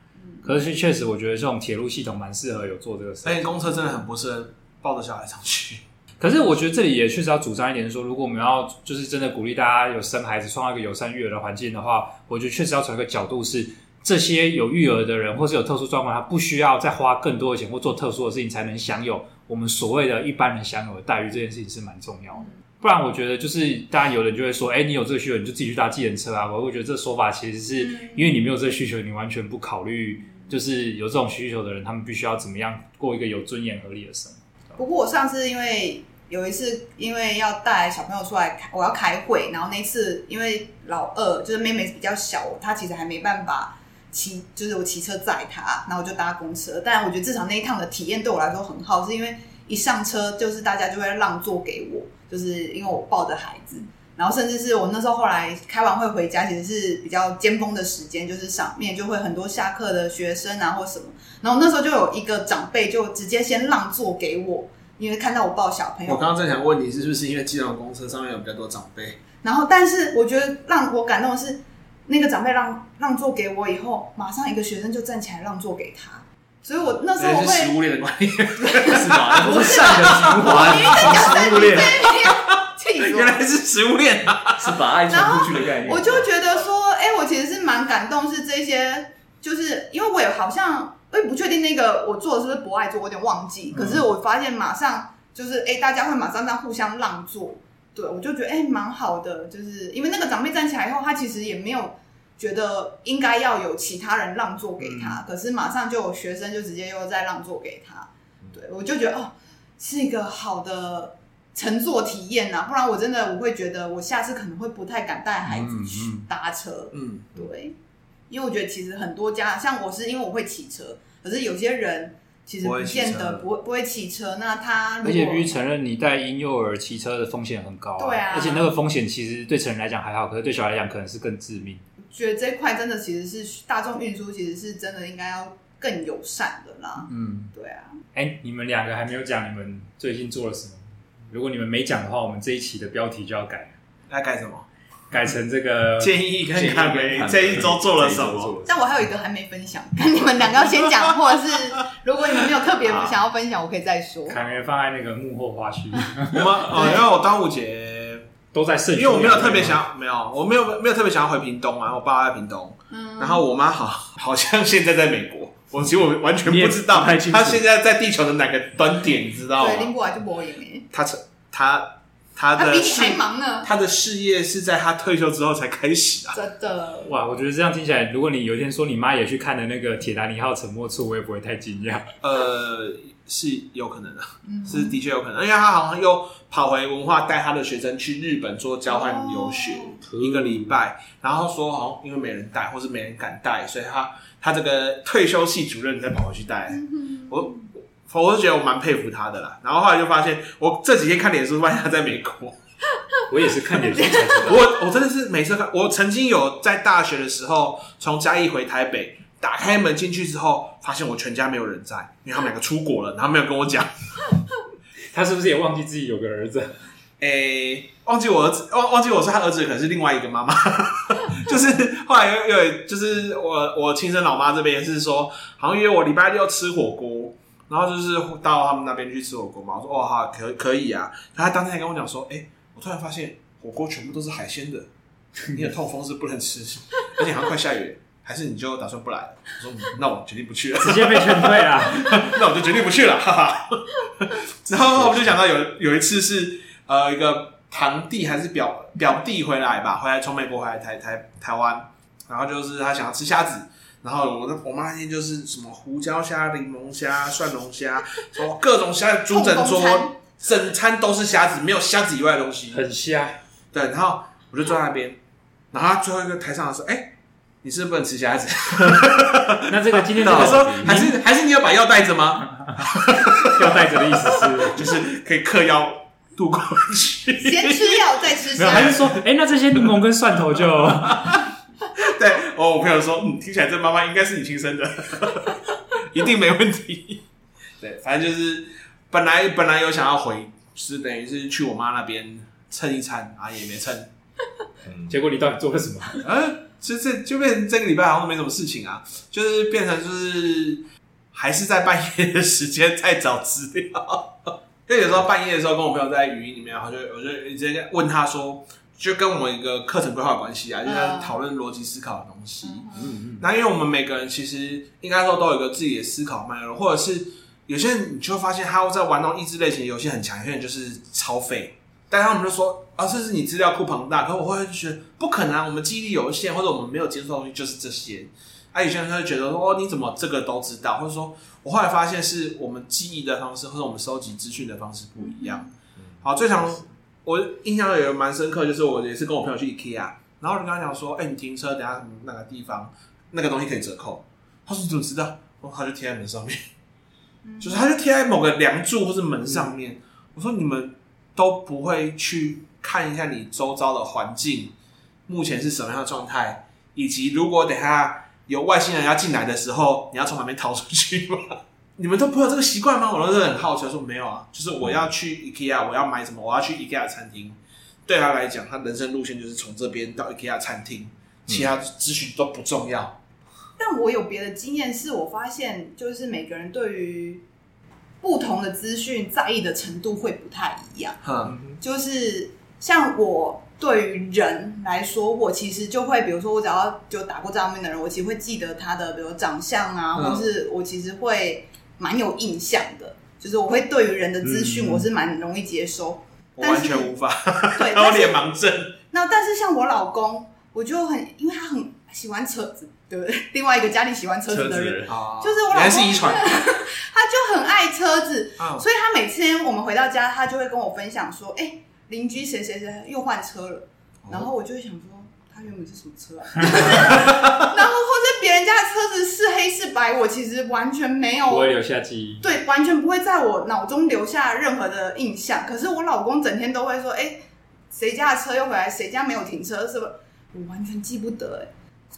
[SPEAKER 2] 可是确实，我觉得这种铁路系统蛮适合有做这个事
[SPEAKER 1] 而
[SPEAKER 4] 哎
[SPEAKER 1] 且公车真的很不适合抱着小孩上去。
[SPEAKER 2] 可是我觉得这里也确实要主张一点说，如果我们要就是真的鼓励大家有生孩子，创造一个友善育儿的环境的话，我觉得确实要从一个角度是，这些有育儿的人或是有特殊状况，他不需要再花更多的钱或做特殊的事情才能享有我们所谓的一般人享有的待遇，这件事情是蛮重要的。不然，我觉得就是，当然有人就会说，哎、你有这个需求，你就自己去搭计程车啊。我会觉得这说法其实是
[SPEAKER 3] 嗯
[SPEAKER 2] 因为你没有这个需求，你完全不考虑，就是有这种需求的人，他们必须要怎么样过一个有尊严合理的生活。
[SPEAKER 3] 不过我上次因为有一次，因为要带小朋友出来，我要开会，然后那次因为老二就是妹妹比较小，她其实还没办法骑，就是我骑车载她，然后我就搭公车。但我觉得至少那一趟的体验对我来说很好，是因为一上车就是大家就会让座给我，就是因为我抱着孩子。然后甚至是我那时候后来开完会回家，其实是比较尖峰的时间，就是上面就会很多下课的学生啊或什么。然后那时候就有一个长辈就直接先让座给我，因为看到我抱小朋
[SPEAKER 1] 我
[SPEAKER 3] 友，
[SPEAKER 1] 刚刚正想问你，是不是因为机动公车上面有比较多长辈？
[SPEAKER 3] 然后，但是我觉得让我感动的是，那个长辈让让座给我以后，马上一个学生就站起来让座给他，所以我那时候我
[SPEAKER 1] 哎这是
[SPEAKER 3] 会 <laughs>
[SPEAKER 1] 食物链的关系，
[SPEAKER 4] 是吧？不是善的循环，食物链
[SPEAKER 3] <laughs> 气死
[SPEAKER 1] 哎原来是食物链啊！
[SPEAKER 4] 是把爱传出去的概念。
[SPEAKER 3] 我，我就觉得说，哎、我其实是蛮感动，是这些，就是因为我也好像我也不确定那个我做的是不是不爱做，我有点忘
[SPEAKER 1] 嗯
[SPEAKER 3] 记。可是我发现马上就是，哎、大家会马上这样互相让座，对我就觉得哎蛮、好的，就是因为那个长辈站起来以后，他其实也没有觉得应该要有其他人让座给
[SPEAKER 1] 嗯
[SPEAKER 3] 他，可是马上就有学生就直接又在让座给他，
[SPEAKER 1] 嗯
[SPEAKER 3] 对我就觉得哦是一个好的。乘坐体验啊呐、不然我真的我会觉得我下次可能会不太敢带孩子去
[SPEAKER 2] 嗯
[SPEAKER 3] 搭车，
[SPEAKER 1] 嗯，
[SPEAKER 3] 对，因为我觉得其实很多家像我是因为我会骑车，可是有些人其实
[SPEAKER 1] 不
[SPEAKER 3] 不
[SPEAKER 1] 会骑
[SPEAKER 3] 见得
[SPEAKER 1] 车
[SPEAKER 3] 不会不会骑车，那他如
[SPEAKER 2] 而
[SPEAKER 3] 果
[SPEAKER 2] 且必须承认，你带婴幼儿骑车的风险很高、
[SPEAKER 3] 对啊
[SPEAKER 2] 而且那个风险其实对成人来讲还好，可是对小孩来讲可能是更致命。
[SPEAKER 3] 觉得这一块真的其实是大众运输，其实是真的应该要更友善的啦。
[SPEAKER 2] 嗯，
[SPEAKER 3] 对啊，
[SPEAKER 2] 哎、你们两个还没有讲你们最近做了什么？如果你们没讲的话，我们这一期的标题就要改，
[SPEAKER 1] 那改什么？
[SPEAKER 2] 改成这个
[SPEAKER 1] 呃建议跟看没这一周做了什么？？
[SPEAKER 3] 但我还有一个还没分享，跟 <laughs> 你们两个要先 <laughs> 讲，或者是如果你们没有特别想要分享，我可以再说。
[SPEAKER 2] 凯源放在那个幕后花絮，
[SPEAKER 1] 我们哦，因为我端午节，
[SPEAKER 2] 都在盛。
[SPEAKER 1] 因为我没有特别，想，没有，我没有没有特别想要回屏东啊，我爸在屏东，
[SPEAKER 3] 嗯，
[SPEAKER 1] 然后我妈好好像现在在美国，我其实我完全不知
[SPEAKER 4] 你也
[SPEAKER 1] 道
[SPEAKER 4] 不太清楚
[SPEAKER 1] 她现在在地球的哪个端点，你知道
[SPEAKER 3] 对拎
[SPEAKER 1] 吗？
[SPEAKER 3] 过来就播赢哎，
[SPEAKER 1] 她成她她
[SPEAKER 3] 他
[SPEAKER 1] 的
[SPEAKER 3] 比你
[SPEAKER 1] 事
[SPEAKER 3] 还忙呢，
[SPEAKER 1] 她的事业是在她退休之后才开始啊。
[SPEAKER 3] 真的。
[SPEAKER 2] 哇，我觉得这样听起来，如果你有一天说你妈也去看了那个《铁达尼号沉没处》，我也不会太惊讶。
[SPEAKER 1] 呃，是有可能的，
[SPEAKER 3] 嗯
[SPEAKER 1] 是的确有可能，因为他好像又跑回文化带他的学生去日本做交换留学、一个礼拜，然后说好像因为没人带或是没人敢带，所以他他这个退休系主任再跑回去带、我。我我是觉得我蛮佩服他的啦，然后后来就发现，我这几天看脸书发现他在美国， <laughs>
[SPEAKER 2] 我也是看脸书才知道。
[SPEAKER 1] 我我真的是每次看，我曾经有在大学的时候从嘉义回台北，打开门进去之后，发现我全家没有人在，因为他们两个出国了，然后没有跟我讲。
[SPEAKER 2] 他是不是也忘记自己有个儿子？ <laughs>
[SPEAKER 1] 诶、忘记我儿子，忘忘记我说他儿子可能是另外一个妈妈， <laughs> 就是后来又又有就是我我亲生老妈这边是说，好像约我礼拜六吃火锅，然后就是到他们那边去吃火锅嘛，我说哦好可可以啊，然后他当天还跟我讲说，诶、我突然发现火锅全部都是海鲜的，你的痛风是不能吃， <laughs> 而且好像快下雨了，还是你就打算不来了？我说嗯那我决定不去了。
[SPEAKER 2] 直接被劝退啊啦！
[SPEAKER 1] 那我就决定不去了，哈
[SPEAKER 3] <laughs>
[SPEAKER 1] 哈。然后我就想到有有一次是呃一个堂弟还是表表弟回来吧，回来从美国回来台台台湾，然后就是他想要吃虾子，然后我的我妈那天就是什么胡椒虾、柠檬虾、蒜蓉虾，什么各种虾，猪整
[SPEAKER 3] 痛风餐
[SPEAKER 1] 桌整餐都是虾子，没有虾子以外的东西。
[SPEAKER 2] 很瞎，
[SPEAKER 1] 对，然后我就坐在那边，然后他最后一个台上的时候，哎、你是不是不能吃虾子？
[SPEAKER 2] 那这个今天这
[SPEAKER 1] 我
[SPEAKER 2] 个
[SPEAKER 1] 说还是还是你有把药带着吗？
[SPEAKER 2] 吊带子的意思是，
[SPEAKER 1] 就是可以嗑药度过去。 <laughs>
[SPEAKER 3] 先吃药再吃
[SPEAKER 2] <laughs> 没有，还
[SPEAKER 3] 虾
[SPEAKER 2] 是，说，哎、那这些柠檬跟蒜头就
[SPEAKER 1] 对，哦，我朋友说，嗯，听起来这妈妈应该是你亲生的， <laughs> 一定没问题。对，反正就是本来本来有想要回，就是等于是去我妈那边蹭一餐啊，也没蹭，
[SPEAKER 2] <laughs> 结果你到底做了 <laughs> 什么？
[SPEAKER 1] 啊，就这就变成这个礼拜好像没什么事情啊，就是变成就是还是在半夜的时间在找资料，因为有时候半夜的时候跟我朋友在语音里面，然后就我就直接问他说，就跟我们一个课程规划有关系啊，
[SPEAKER 3] 嗯
[SPEAKER 1] 就在讨论逻辑思考的东西。
[SPEAKER 2] 嗯嗯，
[SPEAKER 1] 那因为我们每个人其实应该说都有一个自己的思考脉络，或者是有些人你就会发现他在玩那种益智类型游戏很强，有些人就是超废。但他们就说啊，这是你资料库庞大，可我会觉得不可能啊，我们记忆力有限，或者我们没有接触到的东西就是这些。啊，有些人就会觉得说，哦，你怎么这个都知道？或者说我后来发现是我们记忆的方式，或者我们收集资讯的方式不一样。好，最常我印象也蛮深刻，就是我也是跟我朋友去 IKEA，然后我就跟他讲说，哎、你停车，等下什么哪个地方那个东西可以折扣。他说你怎么知道？哦，他就贴在门上面， <laughs>
[SPEAKER 3] 嗯
[SPEAKER 1] 就是他就贴在某个梁柱或是门上面。我说你们都不会去看一下你周遭的环境目前是什么样的状态，以及如果等一下有外星人要进来的时候，你要从旁边逃出去吗？ <laughs> 你们都不会有这个习惯吗？我都是很好奇，他说没有啊，就是我要去 IKEA，我要买什么，我要去 IKEA 餐厅。对他来讲，他人生路线就是从这边到 IKEA 餐厅，其他资讯都不重要。
[SPEAKER 3] 嗯但我有别的经验，是我发现就是每个人对于不同的资讯在意的程度会不太一样。
[SPEAKER 1] 哼，
[SPEAKER 3] 就是像我对于人来说，我其实就会，比如说我只要就打过这方面的人，我其实会记得他的，比如长相啊，
[SPEAKER 1] 嗯
[SPEAKER 3] 或是我其实会蛮有印象的。就是我会对于人的资讯，
[SPEAKER 4] 嗯
[SPEAKER 3] 我是蛮容易接收。
[SPEAKER 1] 我
[SPEAKER 3] 但
[SPEAKER 1] 完
[SPEAKER 3] 是
[SPEAKER 1] 全无法，
[SPEAKER 3] 对，
[SPEAKER 1] 然后
[SPEAKER 3] 但是
[SPEAKER 1] 脸盲症。
[SPEAKER 3] 那但是像我老公，我就很，因为他很喜欢车子，对不对？另外一个家里喜欢车子的人，
[SPEAKER 1] 啊
[SPEAKER 3] 就是我老公
[SPEAKER 1] 原来是遗
[SPEAKER 3] <laughs>
[SPEAKER 1] 传。
[SPEAKER 3] 他就很爱车子，
[SPEAKER 1] 啊
[SPEAKER 3] 所以他每天我们回到家，他就会跟我分享说：“哎、邻居谁谁谁又换车了。”然后我就会想说，他原本是什么车啊？ <laughs> 然后或者别人家的车子是黑是白，我其实完全没有
[SPEAKER 2] 不会留下记忆。
[SPEAKER 3] 对，完全不会在我脑中留下任何的印象。可是我老公整天都会说：“哎、谁家的车又回来，谁家没有停车，是不是？”我完全记不得、哎，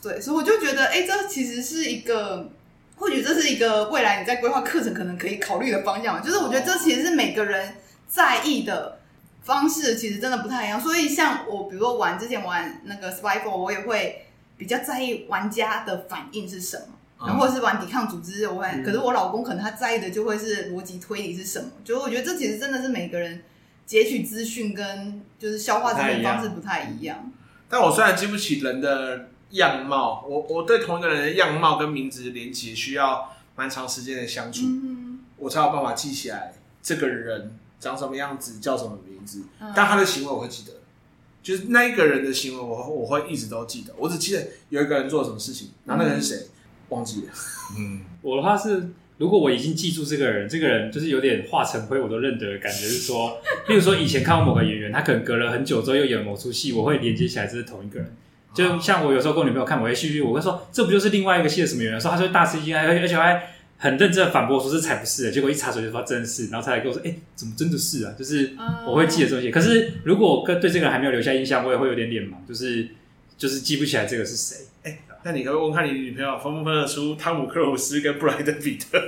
[SPEAKER 3] 对，所以我就觉得，哎、这其实是一个，或许这是一个未来你在规划课程可能可以考虑的方向。就是我觉得这其实是每个人在意的方式，其实真的不太一样。所以像我，比如说玩之前玩那个 Spyfall，我也会比较在意玩家的反应是什么。然后或者是玩抵抗组织，我会，可是我老公可能他在意的就会是逻辑推理是什么，就是我觉得这其实真的是每个人截取资讯跟就是消化资讯方式不太一样。
[SPEAKER 1] 但我虽然记不起人的样貌，我我对同一个人的样貌跟名字的连接需要蛮长时间的相处，
[SPEAKER 3] 嗯，
[SPEAKER 1] 我才有办法记起来这个人长什么样子，叫什么名字。
[SPEAKER 3] 嗯
[SPEAKER 1] 但他的行为我会记得，就是那一个人的行为我我会一直都记得。我只记得有一个人做了什么事情，然后那个人是
[SPEAKER 3] 嗯
[SPEAKER 1] 谁忘记了。
[SPEAKER 4] 嗯，
[SPEAKER 2] 我的话是，如果我已经记住这个人，这个人就是有点化成灰我都认得的感觉，是 <laughs> 说，例如说以前看过某个演员，他可能隔了很久之后又演某出戏，我会连接起来这是同一个人。就像我有时候跟我女朋友看某些戏剧，我会说这不就是另外一个戏的什么演员？说啊她就会大吃一惊，还而且还很认真的反驳说这才不是的。结果一查水就说真的是，然后才来跟我说，哎、怎么真的是啊？就是我会记得这些。可是如果我跟对这个人还没有留下印象，我也会有点脸盲，就是就是记不起来这个是谁。
[SPEAKER 1] 那你可不可以问看你女朋友分不分得出汤姆克鲁斯跟布莱德彼特？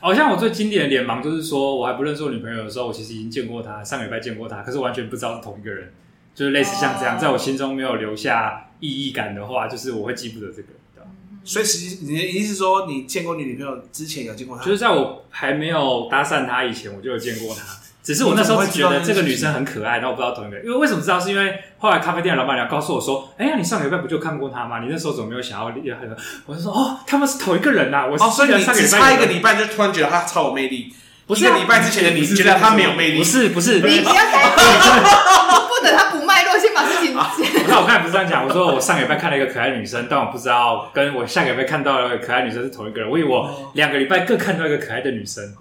[SPEAKER 2] 好哦像我最经典的脸盲就是说，我还不认识我女朋友的时候，我其实已经见过她，上个礼拜见过她，可是完全不知道是同一个人，就是类似像这样，
[SPEAKER 3] 哦
[SPEAKER 2] 在我心中没有留下意义感的话，就是我会记不得这个人，对吧
[SPEAKER 1] 所以实际你的意思是说，你见过你女朋友之前有见过她？
[SPEAKER 2] 就是在我还没有搭讪她以前，我就有见过她，只是我那时候只觉得这个女生很可爱，然后我不知道同一个人，因为为什么知道？是因为后来咖啡店的老板娘告诉我说，哎呀，你上个礼拜不就看过她吗？你那时候怎么没有想要厉害的？ <laughs> 我就说哦，他们是同一个人啊，我是
[SPEAKER 1] 哦，所以
[SPEAKER 2] 记得
[SPEAKER 1] 你
[SPEAKER 2] 上
[SPEAKER 1] 只
[SPEAKER 2] 礼拜
[SPEAKER 1] 差
[SPEAKER 2] 有
[SPEAKER 1] 一个礼拜就突然觉得她超有魅力，
[SPEAKER 2] 不是
[SPEAKER 1] 一
[SPEAKER 2] 啊
[SPEAKER 1] 个礼拜之前的你
[SPEAKER 2] 不是
[SPEAKER 1] 觉得她没有魅力，
[SPEAKER 2] 不是
[SPEAKER 1] <laughs>
[SPEAKER 2] 不是，
[SPEAKER 3] 你不要开始，不等他不脉络，先把事情
[SPEAKER 2] 不是，我刚才不是这样讲，我说我上个礼拜看了一个可爱女生，但我不知道跟我下个礼拜看到的可爱女生是同一个人，我以为
[SPEAKER 1] 哦
[SPEAKER 2] 我两个礼拜各看到一个可爱的女生。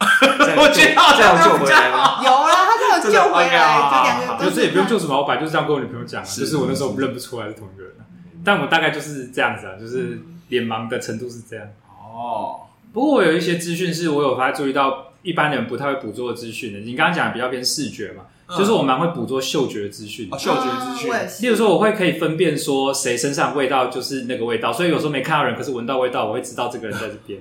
[SPEAKER 1] 我觉得好
[SPEAKER 4] 嗯这样
[SPEAKER 1] 像
[SPEAKER 4] 就回来了。
[SPEAKER 3] 有啦，啊他这有救回
[SPEAKER 1] 真的
[SPEAKER 3] 来，
[SPEAKER 1] OK，好
[SPEAKER 3] 就两个
[SPEAKER 1] 好
[SPEAKER 3] 人
[SPEAKER 1] 好
[SPEAKER 3] 都啊
[SPEAKER 2] 就是是也不用做什么，我本来啊就是这样跟我女朋友讲啊，
[SPEAKER 1] 是
[SPEAKER 2] 就是我那时候认不出来是同一个人啊，但我大概就是这样子啊，就是脸盲的程度是这样。
[SPEAKER 1] 哦，
[SPEAKER 2] 不过我有一些资讯是我有发注意到，一般人不太会捕捉的资讯的。你刚刚讲的比较偏视觉嘛，
[SPEAKER 1] 嗯
[SPEAKER 2] 就是我蛮会捕捉嗅觉的资讯的
[SPEAKER 1] 哦。嗅觉资讯
[SPEAKER 3] 啊我也是
[SPEAKER 2] 例如说，我会可以分辨说谁身上味道就是那个味道，所以有时候没看到人，可是闻到味道，我会知道这个人在这边。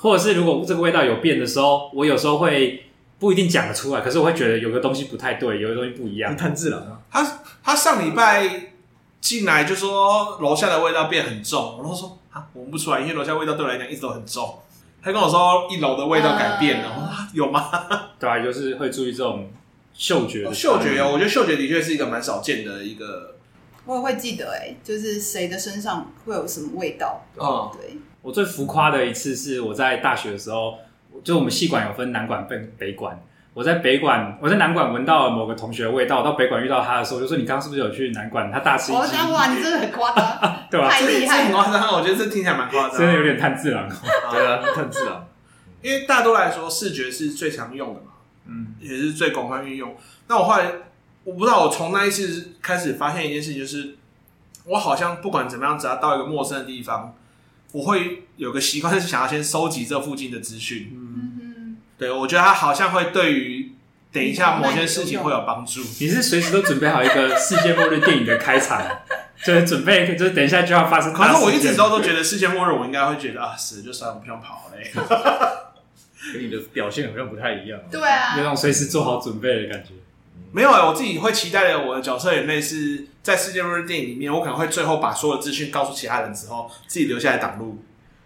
[SPEAKER 2] 或者是如果这个味道有变的时候，我有时候会不一定讲得出来，可是我会觉得有个东西不太对，有个东西不一样。
[SPEAKER 4] 炭治郎啊，
[SPEAKER 1] 他他上礼拜进来就说楼下的味道变很重，然后说啊闻不出来，因为楼下味道对我来讲一直都很重。他跟我说一楼的味道改变了，
[SPEAKER 3] 嗯
[SPEAKER 1] 我说啊有吗？
[SPEAKER 2] 对啊，就是会注意这种嗅觉的差异，
[SPEAKER 1] 嗅觉哦，我觉得嗅觉的确是一个蛮少见的一个，
[SPEAKER 3] 我也会记得哎、就是谁的身上会有什么味道？
[SPEAKER 1] 嗯，
[SPEAKER 3] 对，
[SPEAKER 2] 我最浮夸的一次是我在大学的时候，就我们系馆有分南管、北北管。我在北管，我在南管闻到了某个同学的味道，我到北管遇到他的时候，我就说你刚刚是不是有去南管？他大吃一
[SPEAKER 3] 我
[SPEAKER 2] 惊，
[SPEAKER 3] 想哇，你哦真的很夸张，
[SPEAKER 2] 对吧、
[SPEAKER 3] 太厉
[SPEAKER 1] 这很
[SPEAKER 3] 害了。
[SPEAKER 1] 夸张，我觉得这听起来蛮夸张，
[SPEAKER 2] 真的有点炭治郎。
[SPEAKER 4] 对啊，看自然。
[SPEAKER 1] 因为大多来说，视觉是最常用的嘛，
[SPEAKER 2] 嗯，
[SPEAKER 1] 也是最广泛运用。那我后来，我不知道，我从那一次开始发现一件事情，就是我好像不管怎么样，只要到一个陌生的地方，我会有个习惯是想要先收集这附近的资讯。
[SPEAKER 3] 嗯
[SPEAKER 1] 对我觉得它好像会对于等一下某些事情会有帮助。
[SPEAKER 2] 你是随时都准备好一个世界末日电影的开场，就是准备，就是等一下就要发生
[SPEAKER 1] 可
[SPEAKER 2] 大事件。
[SPEAKER 1] 是我一直都都觉得世界末日，我应该会觉得啊，死了就算了，我不欸想跑嘞。
[SPEAKER 4] 跟你的表现好像不太一样。
[SPEAKER 3] 哼， <laughs> 对啊
[SPEAKER 2] 有，种随时做好准备的感觉。
[SPEAKER 1] 没有、欸，我自己会期待的，我的角色也类似在世界末日电影里面，我可能会最后把所有的资讯告诉其他人之后，自己留下来挡路。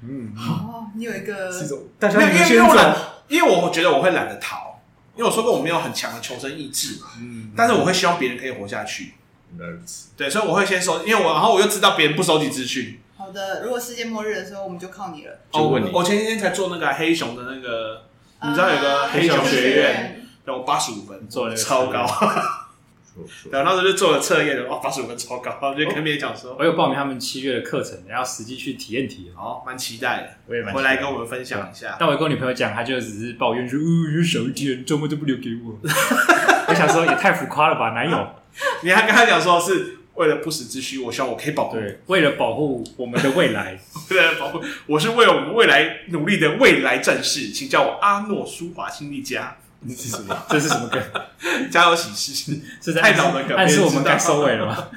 [SPEAKER 2] 嗯，
[SPEAKER 3] 哦，你有一个
[SPEAKER 4] 是一种，大家
[SPEAKER 1] 没有， <laughs> 因为因为
[SPEAKER 4] 先
[SPEAKER 1] 我
[SPEAKER 4] 走
[SPEAKER 1] 懒，因为我觉得我会懒得逃，因为我说过我没有很强的求生意志嘛，
[SPEAKER 4] 嗯，
[SPEAKER 1] 但是我会希望别人可以活下去。
[SPEAKER 4] 原来如此。
[SPEAKER 1] 对，所以我会先收，因为我然后我又知道别人不收集资讯。
[SPEAKER 3] 好的。如果世界末日的时候，我们就靠你了。
[SPEAKER 4] 就问你
[SPEAKER 1] 哦我我前几天才做那个黑熊的那个，你知道有个
[SPEAKER 3] 啊
[SPEAKER 1] 黑熊
[SPEAKER 2] 学
[SPEAKER 1] 院，然后八十五分
[SPEAKER 2] 做了一个
[SPEAKER 1] 超高，
[SPEAKER 4] 不错
[SPEAKER 1] 对，那时候就做了测验，哦哇，八十五分超高，然后就跟别人讲
[SPEAKER 4] 哦
[SPEAKER 1] 说，
[SPEAKER 2] 我有报名他们七月的课程，要实际去体验体验。
[SPEAKER 1] 哦，蛮期待的，
[SPEAKER 4] 我也蛮期
[SPEAKER 1] 回
[SPEAKER 4] 待的
[SPEAKER 1] 来跟我们分享一下。
[SPEAKER 2] 但我跟我女朋友讲，她就只是抱怨说：“呃，有手机，周末都不留给我。” <laughs> 我想说也太浮夸了吧，哪有？
[SPEAKER 1] 你还跟他讲说是为了不时之需，我希望我可以保护，
[SPEAKER 2] 对，为了保护我们的未来，
[SPEAKER 1] 为了保护，我是为我们未来努力的未来战士，请叫我阿诺舒华辛利加，
[SPEAKER 4] 这是什么？
[SPEAKER 2] 这是什么梗？
[SPEAKER 1] 加油喜事。
[SPEAKER 2] 是在
[SPEAKER 1] 太早的梗
[SPEAKER 2] 暗示我们
[SPEAKER 1] 别人
[SPEAKER 2] 该
[SPEAKER 1] 知道
[SPEAKER 2] 收尾了吗？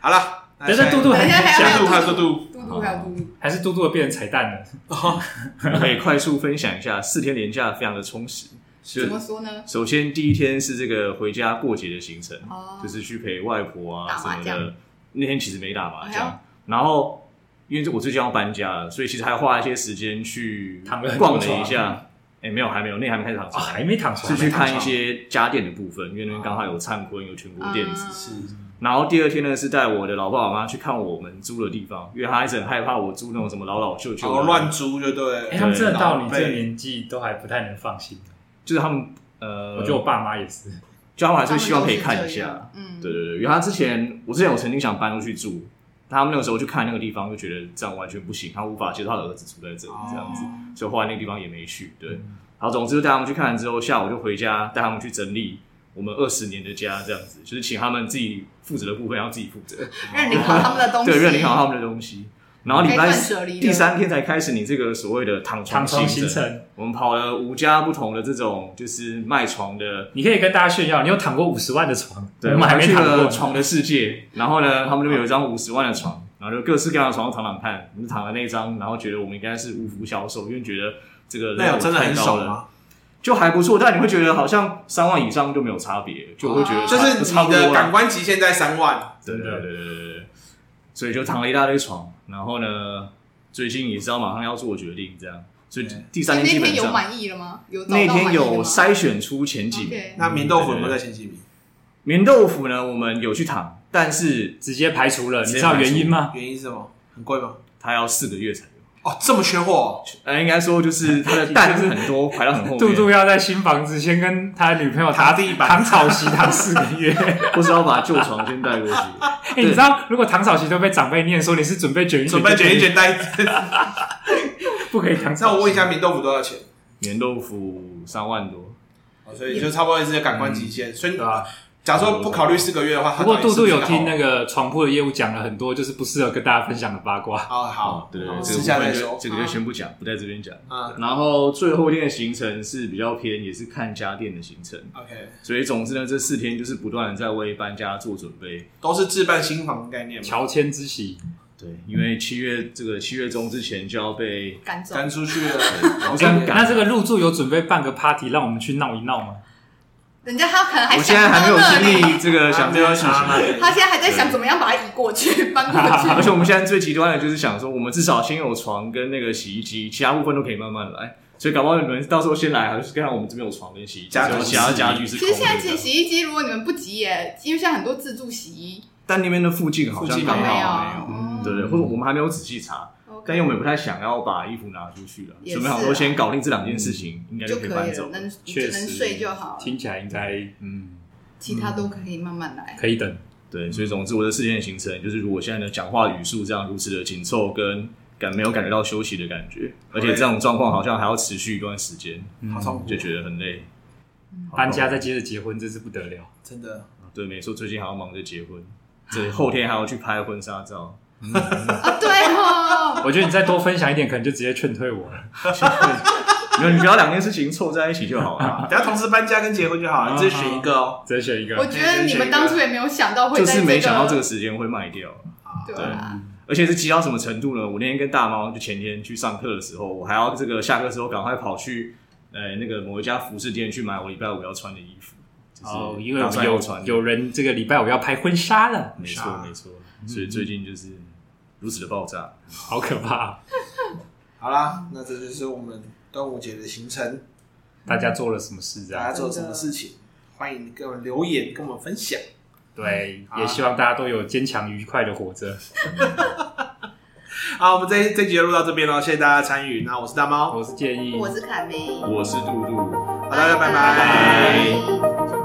[SPEAKER 1] 好了，那
[SPEAKER 2] <laughs> 等一下
[SPEAKER 1] 现在
[SPEAKER 2] 嘟嘟还
[SPEAKER 3] 等一下
[SPEAKER 2] 没
[SPEAKER 3] 还
[SPEAKER 1] 下
[SPEAKER 2] 讲
[SPEAKER 3] 要，
[SPEAKER 1] 嘟
[SPEAKER 2] <laughs>
[SPEAKER 1] 还有嘟嘟，
[SPEAKER 3] 嘟嘟还有嘟嘟，
[SPEAKER 2] 还是嘟嘟的变成彩蛋了？
[SPEAKER 4] 可以快速分享一下，四天连假非常的充实。就
[SPEAKER 3] 怎么说呢？
[SPEAKER 4] 首先第一天是这个回家过节的行程，
[SPEAKER 3] 哦，
[SPEAKER 4] 就是去陪外婆啊
[SPEAKER 3] 打
[SPEAKER 4] 什
[SPEAKER 3] 麻
[SPEAKER 4] 么
[SPEAKER 3] 将
[SPEAKER 4] 的。那天其实没打麻
[SPEAKER 3] 哎呦
[SPEAKER 4] 将，然后因为我最近要搬家了，所以其实还花一些时间去
[SPEAKER 2] 躺了很多
[SPEAKER 4] 逛了一
[SPEAKER 2] 床
[SPEAKER 4] 下。哎、没有，还没有，那还没开始躺
[SPEAKER 2] 啊，
[SPEAKER 4] 床，
[SPEAKER 2] 还没躺床，
[SPEAKER 4] 是
[SPEAKER 2] 还没
[SPEAKER 4] 去
[SPEAKER 2] 躺
[SPEAKER 4] 看一
[SPEAKER 2] 床
[SPEAKER 4] 些家电的部分，因为那边刚好有灿坤，有全国电子。
[SPEAKER 3] 嗯
[SPEAKER 4] 然后第二天呢，是带我的老爸老妈去看我们租的地方，因为他一直很害怕我租那种什么老老旧旧的
[SPEAKER 1] 哦，乱租就对
[SPEAKER 2] 哎、他们
[SPEAKER 4] 对
[SPEAKER 2] 真的到你
[SPEAKER 1] 老
[SPEAKER 2] 这
[SPEAKER 1] 辈
[SPEAKER 2] 个年纪都还不太能放心。
[SPEAKER 4] 就是他们呃，
[SPEAKER 2] 我觉得我爸妈也是，
[SPEAKER 4] 就他们还
[SPEAKER 3] 他
[SPEAKER 4] 是
[SPEAKER 3] 们
[SPEAKER 4] 希望
[SPEAKER 3] 都
[SPEAKER 4] 可
[SPEAKER 3] 是
[SPEAKER 4] 啊以看
[SPEAKER 3] 这
[SPEAKER 4] 一下
[SPEAKER 3] 样。。嗯，
[SPEAKER 4] 对对对，因为他之前我之前有曾经想搬出去住，他们那个时候去看那个地方，就觉得这样完全不行，他无法接受他的儿子住在这里
[SPEAKER 3] 嗯
[SPEAKER 4] 这样子，所以后来那个地方也没去。对，然后总之就带他们去看完之后，下午就回家带他们去整理。我们二十年的家这样子，就是请他们自己负责的部分要自己负责，
[SPEAKER 3] 认领好他们的东西，
[SPEAKER 4] 对，认领好他们的东西。然后礼
[SPEAKER 3] 可以
[SPEAKER 4] 拜
[SPEAKER 3] 断舍离了
[SPEAKER 4] 第三天才开始你这个所谓的躺
[SPEAKER 2] 长
[SPEAKER 4] 床
[SPEAKER 2] 床
[SPEAKER 4] 行
[SPEAKER 2] 行
[SPEAKER 4] 程，
[SPEAKER 2] 程，
[SPEAKER 4] 我们跑了五家不同的这种就是卖床的
[SPEAKER 2] 你可以跟大家炫耀，你有躺过五十万的床，
[SPEAKER 4] 对，
[SPEAKER 2] 我
[SPEAKER 4] 我
[SPEAKER 2] 们还没
[SPEAKER 4] 去
[SPEAKER 2] 躺过
[SPEAKER 4] 了。床的世界，然后呢，他们那边有一张五十万的床，然后就各式各样的床都躺躺看，我们就躺在那一张，然后觉得我们应该是无福消受，因为觉得这个
[SPEAKER 1] 那有
[SPEAKER 4] 人
[SPEAKER 1] 真的很
[SPEAKER 4] 少
[SPEAKER 1] 少吗？
[SPEAKER 4] 就还不错，但你会觉得好像三万以上就没有差别，就会觉得
[SPEAKER 3] 哦
[SPEAKER 1] 啊就
[SPEAKER 4] 差
[SPEAKER 1] 是
[SPEAKER 2] <laughs>
[SPEAKER 4] 差
[SPEAKER 1] 你
[SPEAKER 4] 不多
[SPEAKER 1] 的
[SPEAKER 4] 了
[SPEAKER 1] 感官极限在三万，
[SPEAKER 4] 对对对对对对对，所以就躺了一大堆床，然后呢，最近也知道马上要做决定，这样，所以
[SPEAKER 1] 对
[SPEAKER 4] 第
[SPEAKER 3] 所以
[SPEAKER 4] 三
[SPEAKER 3] 那
[SPEAKER 4] 天基
[SPEAKER 3] 天
[SPEAKER 4] 本
[SPEAKER 3] 有
[SPEAKER 4] 上
[SPEAKER 3] 满意了吗？有找到
[SPEAKER 4] 那天
[SPEAKER 3] 满意
[SPEAKER 4] 有
[SPEAKER 3] 的吗
[SPEAKER 4] 筛选出前几名，
[SPEAKER 3] OK，
[SPEAKER 1] 那
[SPEAKER 2] 嗯
[SPEAKER 1] 棉豆腐有没有在前几名？
[SPEAKER 4] 棉豆腐呢，我们有去躺，但是
[SPEAKER 2] 直接排除了，你
[SPEAKER 4] 直
[SPEAKER 2] 知
[SPEAKER 4] 接
[SPEAKER 2] 道原因吗？
[SPEAKER 1] 原因是什么？很贵吗？
[SPEAKER 4] 它要四个月才有。
[SPEAKER 1] 哦，这么缺货哦、
[SPEAKER 4] 呃，应该说 <laughs> 就是它的蛋是很多，排到很 <laughs> 后
[SPEAKER 2] 杜杜
[SPEAKER 4] 面，
[SPEAKER 2] 要在新房子先跟他女朋友打
[SPEAKER 1] <laughs> 躺地板
[SPEAKER 2] 躺草席躺四个
[SPEAKER 1] <laughs>
[SPEAKER 2] 月。
[SPEAKER 4] 不知道把旧床先带过去。
[SPEAKER 2] 哎、你知道如果躺草席都被长辈念说你是准备卷一
[SPEAKER 1] 准备卷一
[SPEAKER 2] 就
[SPEAKER 1] 卷带。
[SPEAKER 2] <laughs> 不可以躺
[SPEAKER 1] 那
[SPEAKER 2] 草席。
[SPEAKER 1] 我问一下，明豆腐多少钱？
[SPEAKER 4] 棉豆腐三万多，
[SPEAKER 1] 哦所以就差不多是感官极限。所以啊
[SPEAKER 2] 对吧？
[SPEAKER 1] 假如说不考虑四个月的话，
[SPEAKER 2] 嗯不过杜杜有听
[SPEAKER 1] 的。
[SPEAKER 2] 那个床铺的业务讲了很多，就是不适合跟大家分享的八卦。
[SPEAKER 1] 好好
[SPEAKER 4] 哦，对对对，
[SPEAKER 3] 好
[SPEAKER 4] 这个
[SPEAKER 1] 私下
[SPEAKER 4] 部分
[SPEAKER 1] 再
[SPEAKER 4] 就
[SPEAKER 1] 说
[SPEAKER 4] 这个就先不讲，不在这边讲。
[SPEAKER 2] 嗯
[SPEAKER 1] 啊
[SPEAKER 4] 然后最后一天的行程是比较偏，也是看家电的行程，
[SPEAKER 1] ，OK，
[SPEAKER 4] 所以总之呢，这四天就是不断的在为搬家做准备。
[SPEAKER 1] 都是置办新房的概念嘛，
[SPEAKER 2] 乔迁之喜，
[SPEAKER 4] 对，因为嗯七月这个七月中之前就要被
[SPEAKER 3] 赶
[SPEAKER 1] <laughs>
[SPEAKER 3] 走。
[SPEAKER 1] 搬出去
[SPEAKER 2] <laughs>
[SPEAKER 1] 了。
[SPEAKER 4] 好
[SPEAKER 1] <laughs>
[SPEAKER 2] 哎
[SPEAKER 4] 像赶
[SPEAKER 2] 那这个入住有准备办个 party 让我们去闹一闹吗？
[SPEAKER 3] 人家他可能还
[SPEAKER 4] 我现在
[SPEAKER 3] 想
[SPEAKER 4] 还没有
[SPEAKER 3] 到那里
[SPEAKER 4] 精力这个想这件事情。
[SPEAKER 3] 他现在还在想怎么样把它移过去，搬过
[SPEAKER 4] <laughs> 而
[SPEAKER 3] 去。
[SPEAKER 4] 且我们现在最极端的就是想说，我们至少先有床跟那个洗衣机，其他部分都可以慢慢来。所以搞不好你们到时候先来，还是看看我们这边有床跟洗衣机，
[SPEAKER 1] 家
[SPEAKER 4] 然后
[SPEAKER 1] 具
[SPEAKER 4] 其他的家具是
[SPEAKER 3] 其
[SPEAKER 4] 空
[SPEAKER 3] 实
[SPEAKER 4] 的
[SPEAKER 3] 现在洗洗衣机，如果你们不急耶，因为现在很多自助洗衣
[SPEAKER 4] 但那边的附近好像
[SPEAKER 1] 附近
[SPEAKER 4] 刚
[SPEAKER 1] 没有
[SPEAKER 4] 好没有，
[SPEAKER 3] 哦
[SPEAKER 4] 对对，或者我们还没有仔细查，
[SPEAKER 3] OK
[SPEAKER 4] 但因为我们也不太想要把衣服拿出去了，
[SPEAKER 3] 也是啊
[SPEAKER 4] 准备好说先搞定这两件事情，应该
[SPEAKER 3] 就
[SPEAKER 4] 可
[SPEAKER 3] 可
[SPEAKER 4] 以
[SPEAKER 3] 以
[SPEAKER 4] 搬
[SPEAKER 3] 了，
[SPEAKER 4] 走。
[SPEAKER 3] 能
[SPEAKER 2] 确实
[SPEAKER 3] 能睡就好了，
[SPEAKER 2] 听起来应该嗯
[SPEAKER 3] 其他都可以慢慢来。
[SPEAKER 2] 可以等。
[SPEAKER 4] 对，所以总之我的事件的行程就是，如果现在的讲话语速这样如此的紧凑，跟感没有感觉到休息的感觉，而且这种状况好像还要持续一段时间，
[SPEAKER 1] 好痛苦
[SPEAKER 4] 就，觉得很累。
[SPEAKER 2] 嗯搬家再接着结婚，真是不得了。
[SPEAKER 1] 真的。
[SPEAKER 4] 对，没错，最近还要忙着结婚，对，后天还要去拍婚纱照，嗯
[SPEAKER 3] 啊，对哦，
[SPEAKER 4] <laughs>
[SPEAKER 2] 我觉得你再多分享一点，可能就直接劝退我了。
[SPEAKER 4] 没有，你不要两件事情凑在一起就好
[SPEAKER 1] <laughs>
[SPEAKER 4] 了。
[SPEAKER 1] 等下同时搬家跟结婚就好了，你自己选一个哦。
[SPEAKER 2] 直接选一个
[SPEAKER 4] 啊
[SPEAKER 3] 我，觉得你们当初也没有想到会
[SPEAKER 4] 就
[SPEAKER 3] 在
[SPEAKER 4] 是没想到这
[SPEAKER 3] 这
[SPEAKER 4] 个时间会卖掉，
[SPEAKER 3] 个，对啊，
[SPEAKER 4] 而且是急到什么程度呢？我那天跟大猫就前天去上课的时候，我还要这个下课之后赶快跑去呃那个某一家服饰店去买我礼拜五要穿的衣服，就是
[SPEAKER 2] 哦，因为
[SPEAKER 4] 打
[SPEAKER 2] 有
[SPEAKER 4] 算要穿的
[SPEAKER 2] 有人这个礼拜我要拍婚纱了，
[SPEAKER 4] 没错没错，所以最近就是如此的爆炸。
[SPEAKER 2] 好可
[SPEAKER 4] 嗯
[SPEAKER 2] 怕！
[SPEAKER 1] 好啦，那这就是我们端午节的行程，
[SPEAKER 2] 大家做了什么事这
[SPEAKER 1] 大家
[SPEAKER 2] 样？
[SPEAKER 1] 做了什么事情，欢迎给我们留言，跟我们分享。
[SPEAKER 2] 对，
[SPEAKER 1] 好啊
[SPEAKER 2] 也希望大家都有坚强愉快的活着。
[SPEAKER 1] 好，我们这一这集就录到这边喽，谢谢大家参与。那我是大猫，
[SPEAKER 2] 我是建议，
[SPEAKER 3] 我是凯梅，
[SPEAKER 4] 我是杜杜。
[SPEAKER 1] 好，大家拜拜
[SPEAKER 3] 拜